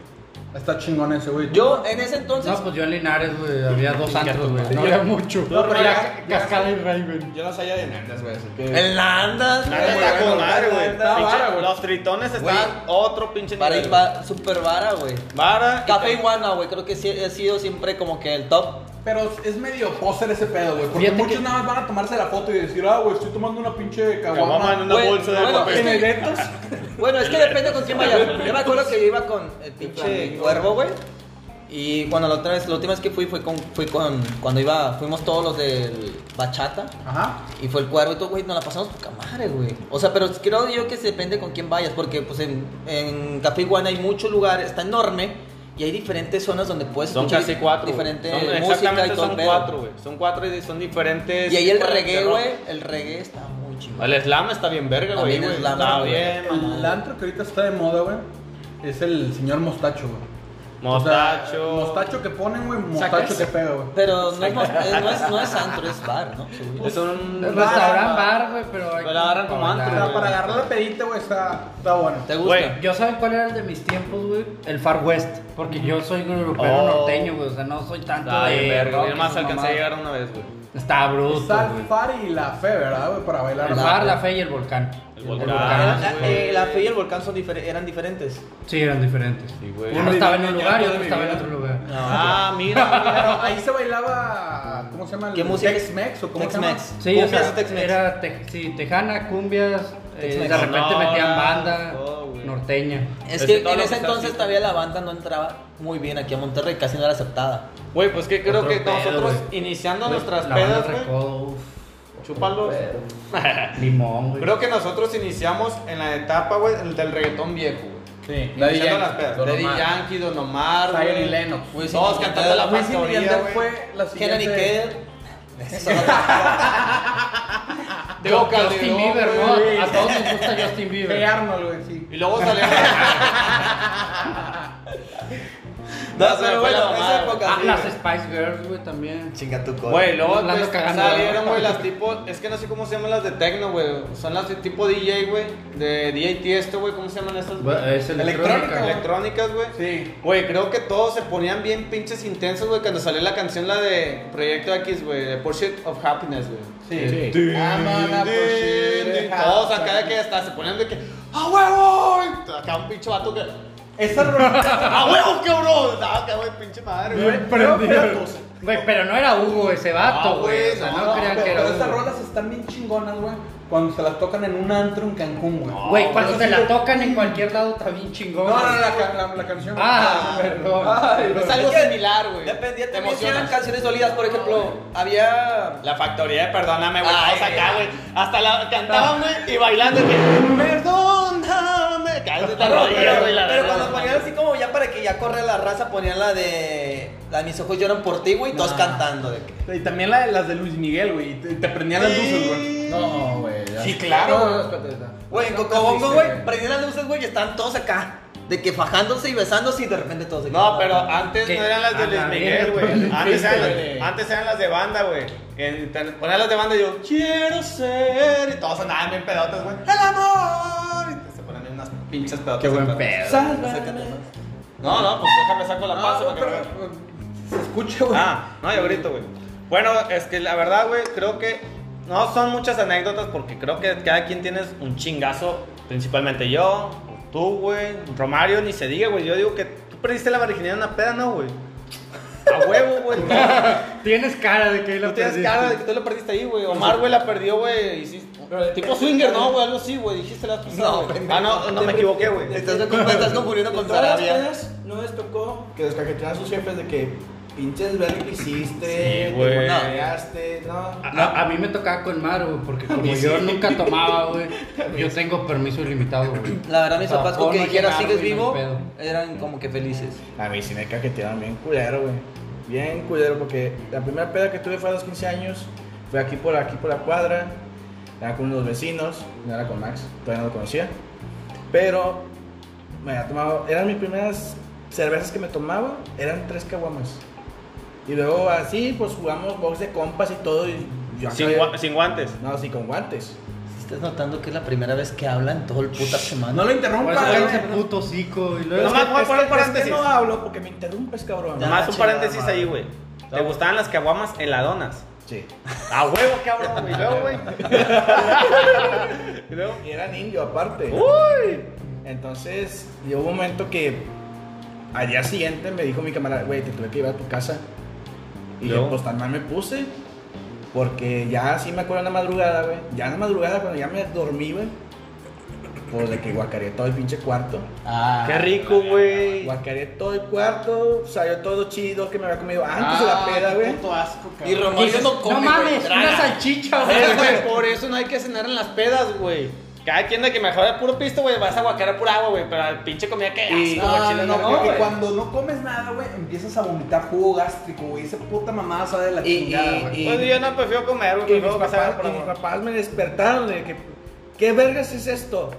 S2: Está chingón ese, güey.
S4: Yo en ese entonces
S6: No, pues yo en Linares, güey, había dos
S1: Ya
S6: antros,
S1: tú,
S6: güey.
S1: güey.
S6: No había mucho.
S2: No, pero ya- ya-
S6: Cascada y Raven.
S5: Yo no sabía de Nandas, güey, así que...
S4: en Landas,
S1: Nada,
S4: güey,
S1: está
S2: bueno,
S1: con madre,
S2: está-
S1: güey.
S2: está
S1: Pinche-
S2: vara, güey.
S1: Los tritones están
S4: Güey.
S1: otro pinche
S4: para
S1: nivel.
S4: ir va- super vara, güey.
S1: Vara.
S4: Café Iguana, güey, creo que sí, ha sido siempre como que el top.
S2: Pero es medio poser ese pedo, güey. Porque
S6: Fíjate
S2: muchos
S6: que-
S2: nada más van a tomarse la foto y decir, ah, güey, estoy tomando una pinche
S1: Caguama en
S2: caguama.
S1: una
S4: Güey,
S1: bolsa de
S4: bueno,
S1: papel.
S2: En eventos.
S4: Bueno, es que depende con quién vayas. Yo me acuerdo que yo iba con el pinche cuervo, güey. Y cuando la otra vez, la última vez que fui fue con, fui con, cuando iba, fuimos todos los del bachata.
S2: Ajá.
S4: Y fue el cuervo y todo, güey, nos la pasamos poca madre, güey. O sea, pero creo yo que se depende con quién vayas, porque pues en, en Café Iguana hay muchos lugares, está enorme, y hay diferentes zonas donde puedes
S1: Son
S4: escuchar
S1: casi cuatro. güey.
S4: diferente
S1: Son-
S4: música y
S1: exactamente
S4: todo el
S1: son
S4: pedo.
S1: cuatro, güey. Son cuatro y son diferentes.
S4: Y ahí el
S1: tipos de
S4: reggae,
S1: rock.
S4: güey, el reggae está muy chingón.
S1: El slam está bien verga, güey.
S4: También el
S1: güey.
S4: slam,
S1: Está
S4: güey.
S1: bien, mamá.
S2: El antro que ahorita está de moda, güey, es el señor mostacho, güey. O sea,
S1: Mostacho.
S2: mostacho que ponen, güey, mostacho que pega, güey.
S4: Pero no es, no es, no es antro, es bar, ¿no? Según yo.
S1: Es un.
S6: Restaurant bar, güey, pero. hay
S1: Pero agarran como
S6: bailar,
S2: O
S1: antro,
S2: sea,
S6: güey.
S2: para agarrar la pedita, güey, está, está bueno.
S4: ¿Te gusta?
S1: Güey,
S6: Yo saben cuál era el de mis tiempos, güey. El Far West. Porque yo soy grupero
S1: Oh.
S6: norteño, güey. O sea, no soy tanto
S1: Está bien
S6: de.
S1: verga.
S6: rock
S1: Yo
S6: y
S1: más
S6: esas
S1: alcancé a
S6: mamadas.
S1: llegar una vez, güey.
S6: Está
S2: Está
S6: bruto,
S2: el
S6: güey.
S2: far y la fe, ¿verdad, güey? Para bailar.
S6: El
S4: La-
S6: Far, la Fe y el Volcán.
S1: El Volcán.
S4: Ah,
S1: Ah,
S4: la, eh, la fe y el volcán son difer- eran diferentes.
S6: Sí, Ah, eran diferentes.
S1: Sí, güey.
S2: Ah,
S6: Uno estaba en un
S2: Ya
S6: lugar y
S2: toda
S6: otro
S2: mi
S6: estaba en
S2: vida.
S6: otro lugar.
S1: Ah, mira.
S2: Pero ahí se bailaba, ¿cómo se llama?
S4: ¿Qué música?
S2: ¿Tex-Mex o cómo se llama?
S4: Tex-Mex.
S6: Sí, o
S4: Cumbias
S6: sea,
S4: y Tex-Mex.
S6: era te- sí, tejana, cumbias, eh,
S4: Tex-Mex.
S6: de repente metían
S1: Sonoras,
S6: banda.
S1: todo, güey.
S6: norteña.
S4: Es,
S1: Es
S4: que
S1: que todo
S4: en
S1: lo
S4: ese
S1: que está
S4: entonces
S1: así.
S4: todavía la banda no entraba muy bien aquí a Monterrey, casi no era aceptada.
S1: Güey, pues que creo
S3: Otro
S1: que
S3: pedo,
S1: nosotros
S3: güey.
S1: iniciando
S6: Güey,
S1: nuestras
S6: la banda
S1: pedas, güey,
S6: Recodo, uf,
S1: chúpalos.
S6: Limón, güey.
S3: Creo que nosotros iniciamos en la etapa, güey, el del reggaetón viejo, güey.
S1: Sí.
S3: Daddy
S1: Iniciando
S3: Yankee,
S1: las pedas.
S3: Don
S1: Daddy
S3: Omar.
S1: Yankee, Don Omar,
S2: Zion
S1: güey.
S2: y Lennox.
S1: Güey,
S4: Wisin
S1: todos
S4: y
S1: cantando
S4: Yandel.
S1: la
S4: Wisin
S2: Wisin y
S1: factoría,
S2: Yandel
S1: güey.
S2: fue la siguiente.
S4: Henry Keller. Eso no-
S1: De
S6: Con
S1: Boca de
S6: Justin
S1: Oro,
S6: Bieber,
S1: güey.
S6: ¿no? A todos nos gusta Justin
S2: Hey
S6: Bieber.
S2: Arnold, güey, sí.
S1: Y luego salieron.
S4: No,
S1: No,
S4: pero
S1: fue la
S4: bueno,
S1: mamada,
S4: esa época
S6: Ah,
S4: sí.
S6: las Spice Girls, güey, también.
S4: Chinga tu cola.
S1: Güey, luego
S6: Hablando
S1: pues,
S6: cagando.
S1: salieron, güey, las tipo. Es que no sé cómo se llaman las de techno, güey. Son las de tipo DJ, güey. De DJ Tiesto, güey. ¿Cómo se llaman esas? güey?
S6: Güey, Es electrónica. güey.
S1: Electrónicas, güey.
S2: Sí.
S1: Güey, creo que todos se ponían bien pinches intensos, güey, cuando salió la canción, la de Proyecto X, güey, de Pursuit of Happiness, güey.
S2: Sí.
S6: Sí.
S2: I'm gonna push it
S1: Todos
S2: hard.
S1: acá de que hasta se ponían de que, ¡ah, huevo! Y Acá un pinche vato que,
S5: Esa rola.
S1: ¡ah, huevo, cabrón! Ah, acá, güey, pinche madre, güey.
S6: Güey, pero- Güey, pero no era Hugo ese vato,
S1: Ah,
S6: güey.
S1: güey,
S6: o sea,
S1: no,
S6: no,
S1: no,
S6: crean
S2: Pero,
S6: que era
S2: pero
S6: Hugo.
S2: esas rolas están bien chingonas, güey. Cuando se las tocan en un antro en Cancún, güey.
S6: Güey, cuando
S2: Yo
S6: se
S2: sí
S6: la
S2: le-
S6: tocan en cualquier lado está bien chingón.
S2: No, no, no, la, ca- la- la canción.
S6: Ah, perdón.
S2: Ay,
S1: Es algo similar, güey.
S4: Dependía
S1: Te
S4: también si
S1: emocionas.
S4: eran canciones sólidas, por ejemplo. Había.
S1: La factoría, perdóname, güey.
S4: Ay,
S1: Todos acá, güey. Hasta la cantaban, güey, y bailando, que, ¡perdóname! Cállate esta rodilla,
S4: pero,
S1: güey. la
S4: pero
S1: verdad,
S4: cuando
S1: no
S4: ponían así como ya para que ya corre la raza, ponían la de. La de mis ojos lloran por ti, güey, y todos cantando. De que-
S2: Y también la de- las de Luis Miguel, güey. y Te, te prendían las luces, güey.
S5: No, güey. ya.
S2: Sí,
S5: No, no,
S2: claro.
S5: espérate, espérate.
S4: Güey, en
S2: No
S4: Cocobongo,
S2: te
S4: güey,
S2: dice,
S4: prendían las luces, güey, y estaban todos acá. De que fajándose y besándose y de repente todos. de que-
S3: No, pero antes
S6: ¿Qué?
S3: no eran las
S6: A
S3: de Luis
S6: la
S3: Miguel,
S6: verga,
S3: güey.
S6: pues,
S3: Antes, eran
S6: güey.
S3: las- antes eran las de banda, güey. En- te- Ponían las de banda y yo, quiero ser. Y todos andaban bien pedotes, güey. ¡El amor! Y te- se ponían unas pinches pedotas.
S6: Qué buen
S3: acá.
S6: pedo.
S4: Acércate más.
S3: No, no, pues déjame saco la
S4: Ah,
S3: panza
S2: Ah,
S3: para que me vea.
S2: pues, Se escucha, güey.
S3: Ah, no, yo grito, güey. Bueno, es que la verdad, güey, creo que no son muchas anécdotas porque creo que cada quien tienes un chingazo, principalmente yo, tú, güey, Romario, ni se diga, güey. Yo digo que tú perdiste la virginidad en una peda, ¿no, güey? A huevo, güey. Tú,
S6: Tienes cara de que ahí
S3: tú
S6: la
S3: tienes
S6: perdiste.
S3: cara de que tú la perdiste ahí, güey. Omar, güey, la perdió, güey. hiciste- Tipo swinger, ¿no, güey? Algo así, güey. Dijiste la
S4: No,
S3: pasado.
S4: pendejo.
S3: ah, no, no me equivoqué, güey.
S4: Estás, me estás confundiendo con
S5: Todas las
S4: Sarabia.
S5: pedas no les tocó que descajetearan a sus jefes de que pinches verga que hiciste,
S3: Sí,
S5: te
S3: güey.
S5: golpeaste, no.
S6: No, a mí me tocaba con Maru, güey, porque como yo nunca tomaba, güey, yo tengo permiso ilimitado, güey.
S4: La verdad, mis
S6: O sea,
S4: papás
S6: puedo
S4: con que
S6: no
S4: dijera
S6: llegar,
S4: sigues
S6: güey, no
S4: vivo,
S6: hay pedo.
S4: eran como que felices.
S5: A mí sí me cajetearon bien culero, güey. Bien culero, porque la primera peda que tuve fue a los 15 años. Fue aquí por aquí por la cuadra. Era con unos vecinos. No era con Max, todavía no lo conocía. Pero me había tomado. Eran mis primeras cervezas que me tomaba. Eran tres caguamas. Y luego así, pues jugamos box de compas y todo. Y yo
S3: Sin,
S5: acabé-
S3: gua- sin guantes.
S5: No, sí, con guantes.
S4: Estás notando que es la primera vez que hablan todo el puta semana.
S2: No lo
S6: Por
S2: interrumpas,
S6: eso tengo ese
S2: güey.
S6: puto hocico y luego...
S5: Pero
S3: Nomás
S5: es que-
S3: voy a poner
S5: es que- es que
S3: paréntesis.
S5: No hablo porque me interrumpes, cabrón.
S4: Ya.
S3: Nomás un
S4: chingada
S3: paréntesis
S4: madre.
S3: ahí, güey. ¿Te gustaban las caguamas heladonas?
S5: Sí.
S3: A huevo, cabrón, güey. Luego, güey. Y luego,
S5: Y era indio aparte.
S3: Uy.
S5: Entonces, llegó un momento que al día siguiente me dijo mi camarada, güey, te tuve que llevar a tu casa. Y yo,
S3: Luego.
S5: pues tan mal me puse. Porque ya sí me acuerdo en la madrugada, güey. Ya en la madrugada, cuando ya me dormí, güey. Pues de que guacaré todo el pinche cuarto.
S4: Ah,
S3: Qué rico, güey.
S5: Guacaré todo el cuarto. Salió todo chido que me había comido antes de la
S2: Ah,
S5: peda,
S2: qué
S5: güey.
S2: puto asco, cabrón.
S4: Y Romario no come,
S6: no
S4: güey,
S6: mames,
S4: traga.
S6: una salchicha, güey.
S3: Eh, güey, Por eso no hay que cenar en las pedas, güey. Cada quien de que me joda puro pisto, güey, vas a guacar pura agua, güey. Pero pinche comida que asco,
S5: Y-
S3: güey.
S2: No,
S3: chile,
S2: Ah, no,
S3: no,
S2: no,
S3: güey.
S2: porque cuando no comes nada, güey, empiezas a vomitar jugo gástrico, güey. Esa puta mamada sabe de la
S5: Y- y-
S2: chingada, güey.
S5: y-
S3: Pues yo no prefiero comer, güey.
S5: Y mis,
S3: Prefiero
S5: papás,
S3: pasar por
S5: y mis
S3: amor.
S5: papás me despertaron de que, ¿qué vergas es esto?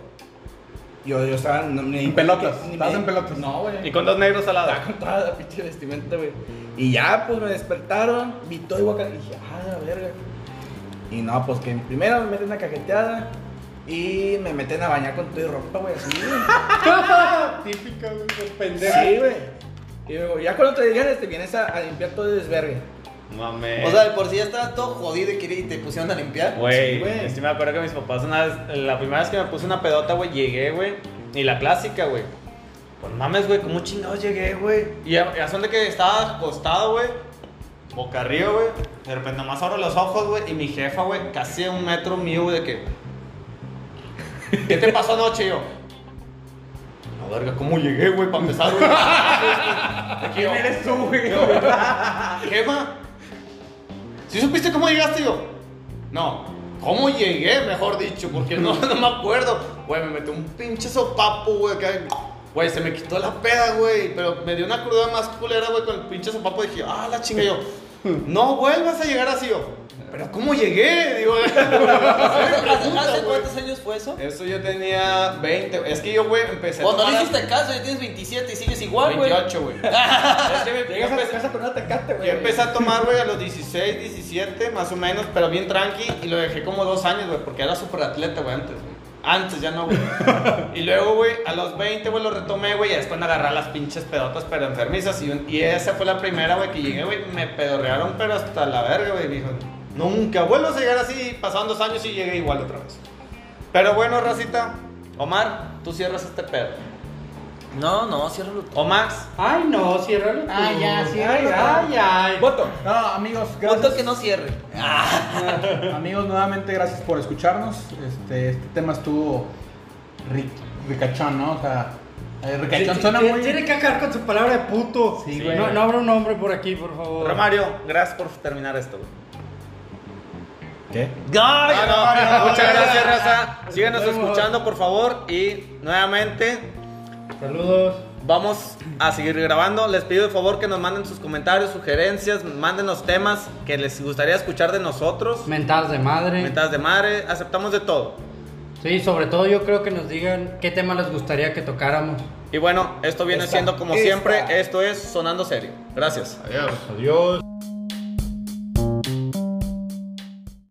S5: Yo, yo estaba no, ni-
S2: En pelotas,
S5: ni-
S2: estabas en pelotas.
S5: No, güey.
S3: Y con dos negros al lado.
S5: Estaba con toda la pinche vestimenta, güey. Y ya, pues me despertaron, vi todo igual y dije, ah, la verga. Y no, pues que primero me meten una cajeteada y me meten a bañar con todo y ropa, güey, así, güey.
S6: Típica, güey,
S5: Sí, güey. Y luego, ya cuando te digan, te vienes a, a limpiar todo el desvergue.
S3: Mame.
S4: O sea, de por sí ya estaba todo jodido y que- y te pusieron a limpiar.
S3: Güey,
S5: Sí, güey.
S3: sí me acuerdo que mis papás una vez, la primera vez que me puse una pedota, güey, llegué, güey, y la clásica, güey. Pues mames, güey, ¿cómo chingados llegué, güey? Y a, y a son de que estaba acostado, güey, boca arriba, güey. De repente nomás abro los ojos, güey, y mi jefa, güey, casi a un metro mío, güey, de que... ¿Qué te pasó anoche, yo?
S1: verga, ¿cómo llegué, güey, para empezar, güey? ¿Quién eres tú, güey? Gema, ¿sí supiste cómo llegaste yo? No, ¿cómo llegué, mejor dicho? Porque no, no me acuerdo. Güey, me metió un pinche sopapo, güey, que- Güey, se me quitó la peda, güey, pero me dio una cruda más culera, güey, con el pinche sopapo. Dije, ah, la chinga yo. No vuelvas a llegar así, yo. Pero ¿cómo llegué? Digo,
S4: ¿Hace, hace
S1: güey.
S4: cuántos años fue eso?
S1: Eso yo tenía 20, güey. es que yo, güey, empecé a
S4: Cuando Eh,
S1: tomar
S4: no le
S1: a-
S4: hiciste caso, ya tienes 27 y sigues igual, güey.
S1: 28, güey. Es que me- yo, empecé,
S5: con una tecate,
S1: yo empecé a tomar, güey, a los 16, 17, más o menos, pero bien tranqui, y lo dejé como dos años, güey, porque era súper atleta, güey, antes, güey. Antes ya no, güey. Y luego, güey, a los 20, güey, lo retomé, güey, y después me agarré las pinches pedotas, pero enfermizas. Y, un- y esa fue la primera, güey, que llegué, güey, me pedorrearon, pero hasta la verga, güey, dijo. Nunca vuelvo a llegar así, pasaron dos años y llegué igual otra vez. Pero bueno, Racita, Omar, tú cierras este pedo.
S4: No, no, ciérralo tú.
S1: O Max,
S6: Ay, no, ciérralo tú.
S2: Ah, ya, ciérralo
S6: Ay,
S2: tú.
S6: ay, ay.
S2: Voto. No, amigos, gracias.
S4: Punto que no cierre.
S2: Amigos, nuevamente gracias por escucharnos. Este, este tema estuvo ri- ricachón, ¿no? O sea, eh, ricachón
S6: Sí,
S2: suena
S6: tiene-
S2: muy.
S6: Tiene que acabar con su palabra de puto.
S2: Sí, güey.
S6: No, no habrá un hombre por aquí, por favor.
S1: Romario, gracias por terminar esto, güey.
S5: ¿Qué?
S4: ¡Ay!
S1: Ah, no, muchas gracias, Raza. Síganos
S6: Nos vemos.
S1: escuchando, por favor. Y nuevamente
S6: Saludos.
S1: vamos a seguir grabando. Les pido de favor que nos manden sus comentarios, sugerencias, mándenos temas que les gustaría escuchar de nosotros.
S6: Mentadas de madre.
S1: Mentadas de madre, aceptamos de todo.
S6: Sí, sobre todo yo creo que nos digan qué tema les gustaría que tocáramos.
S1: Y bueno, esto viene
S5: Esta,
S1: siendo como
S5: esta.
S1: siempre. Esto es Sonando Serio. Gracias.
S5: Adiós.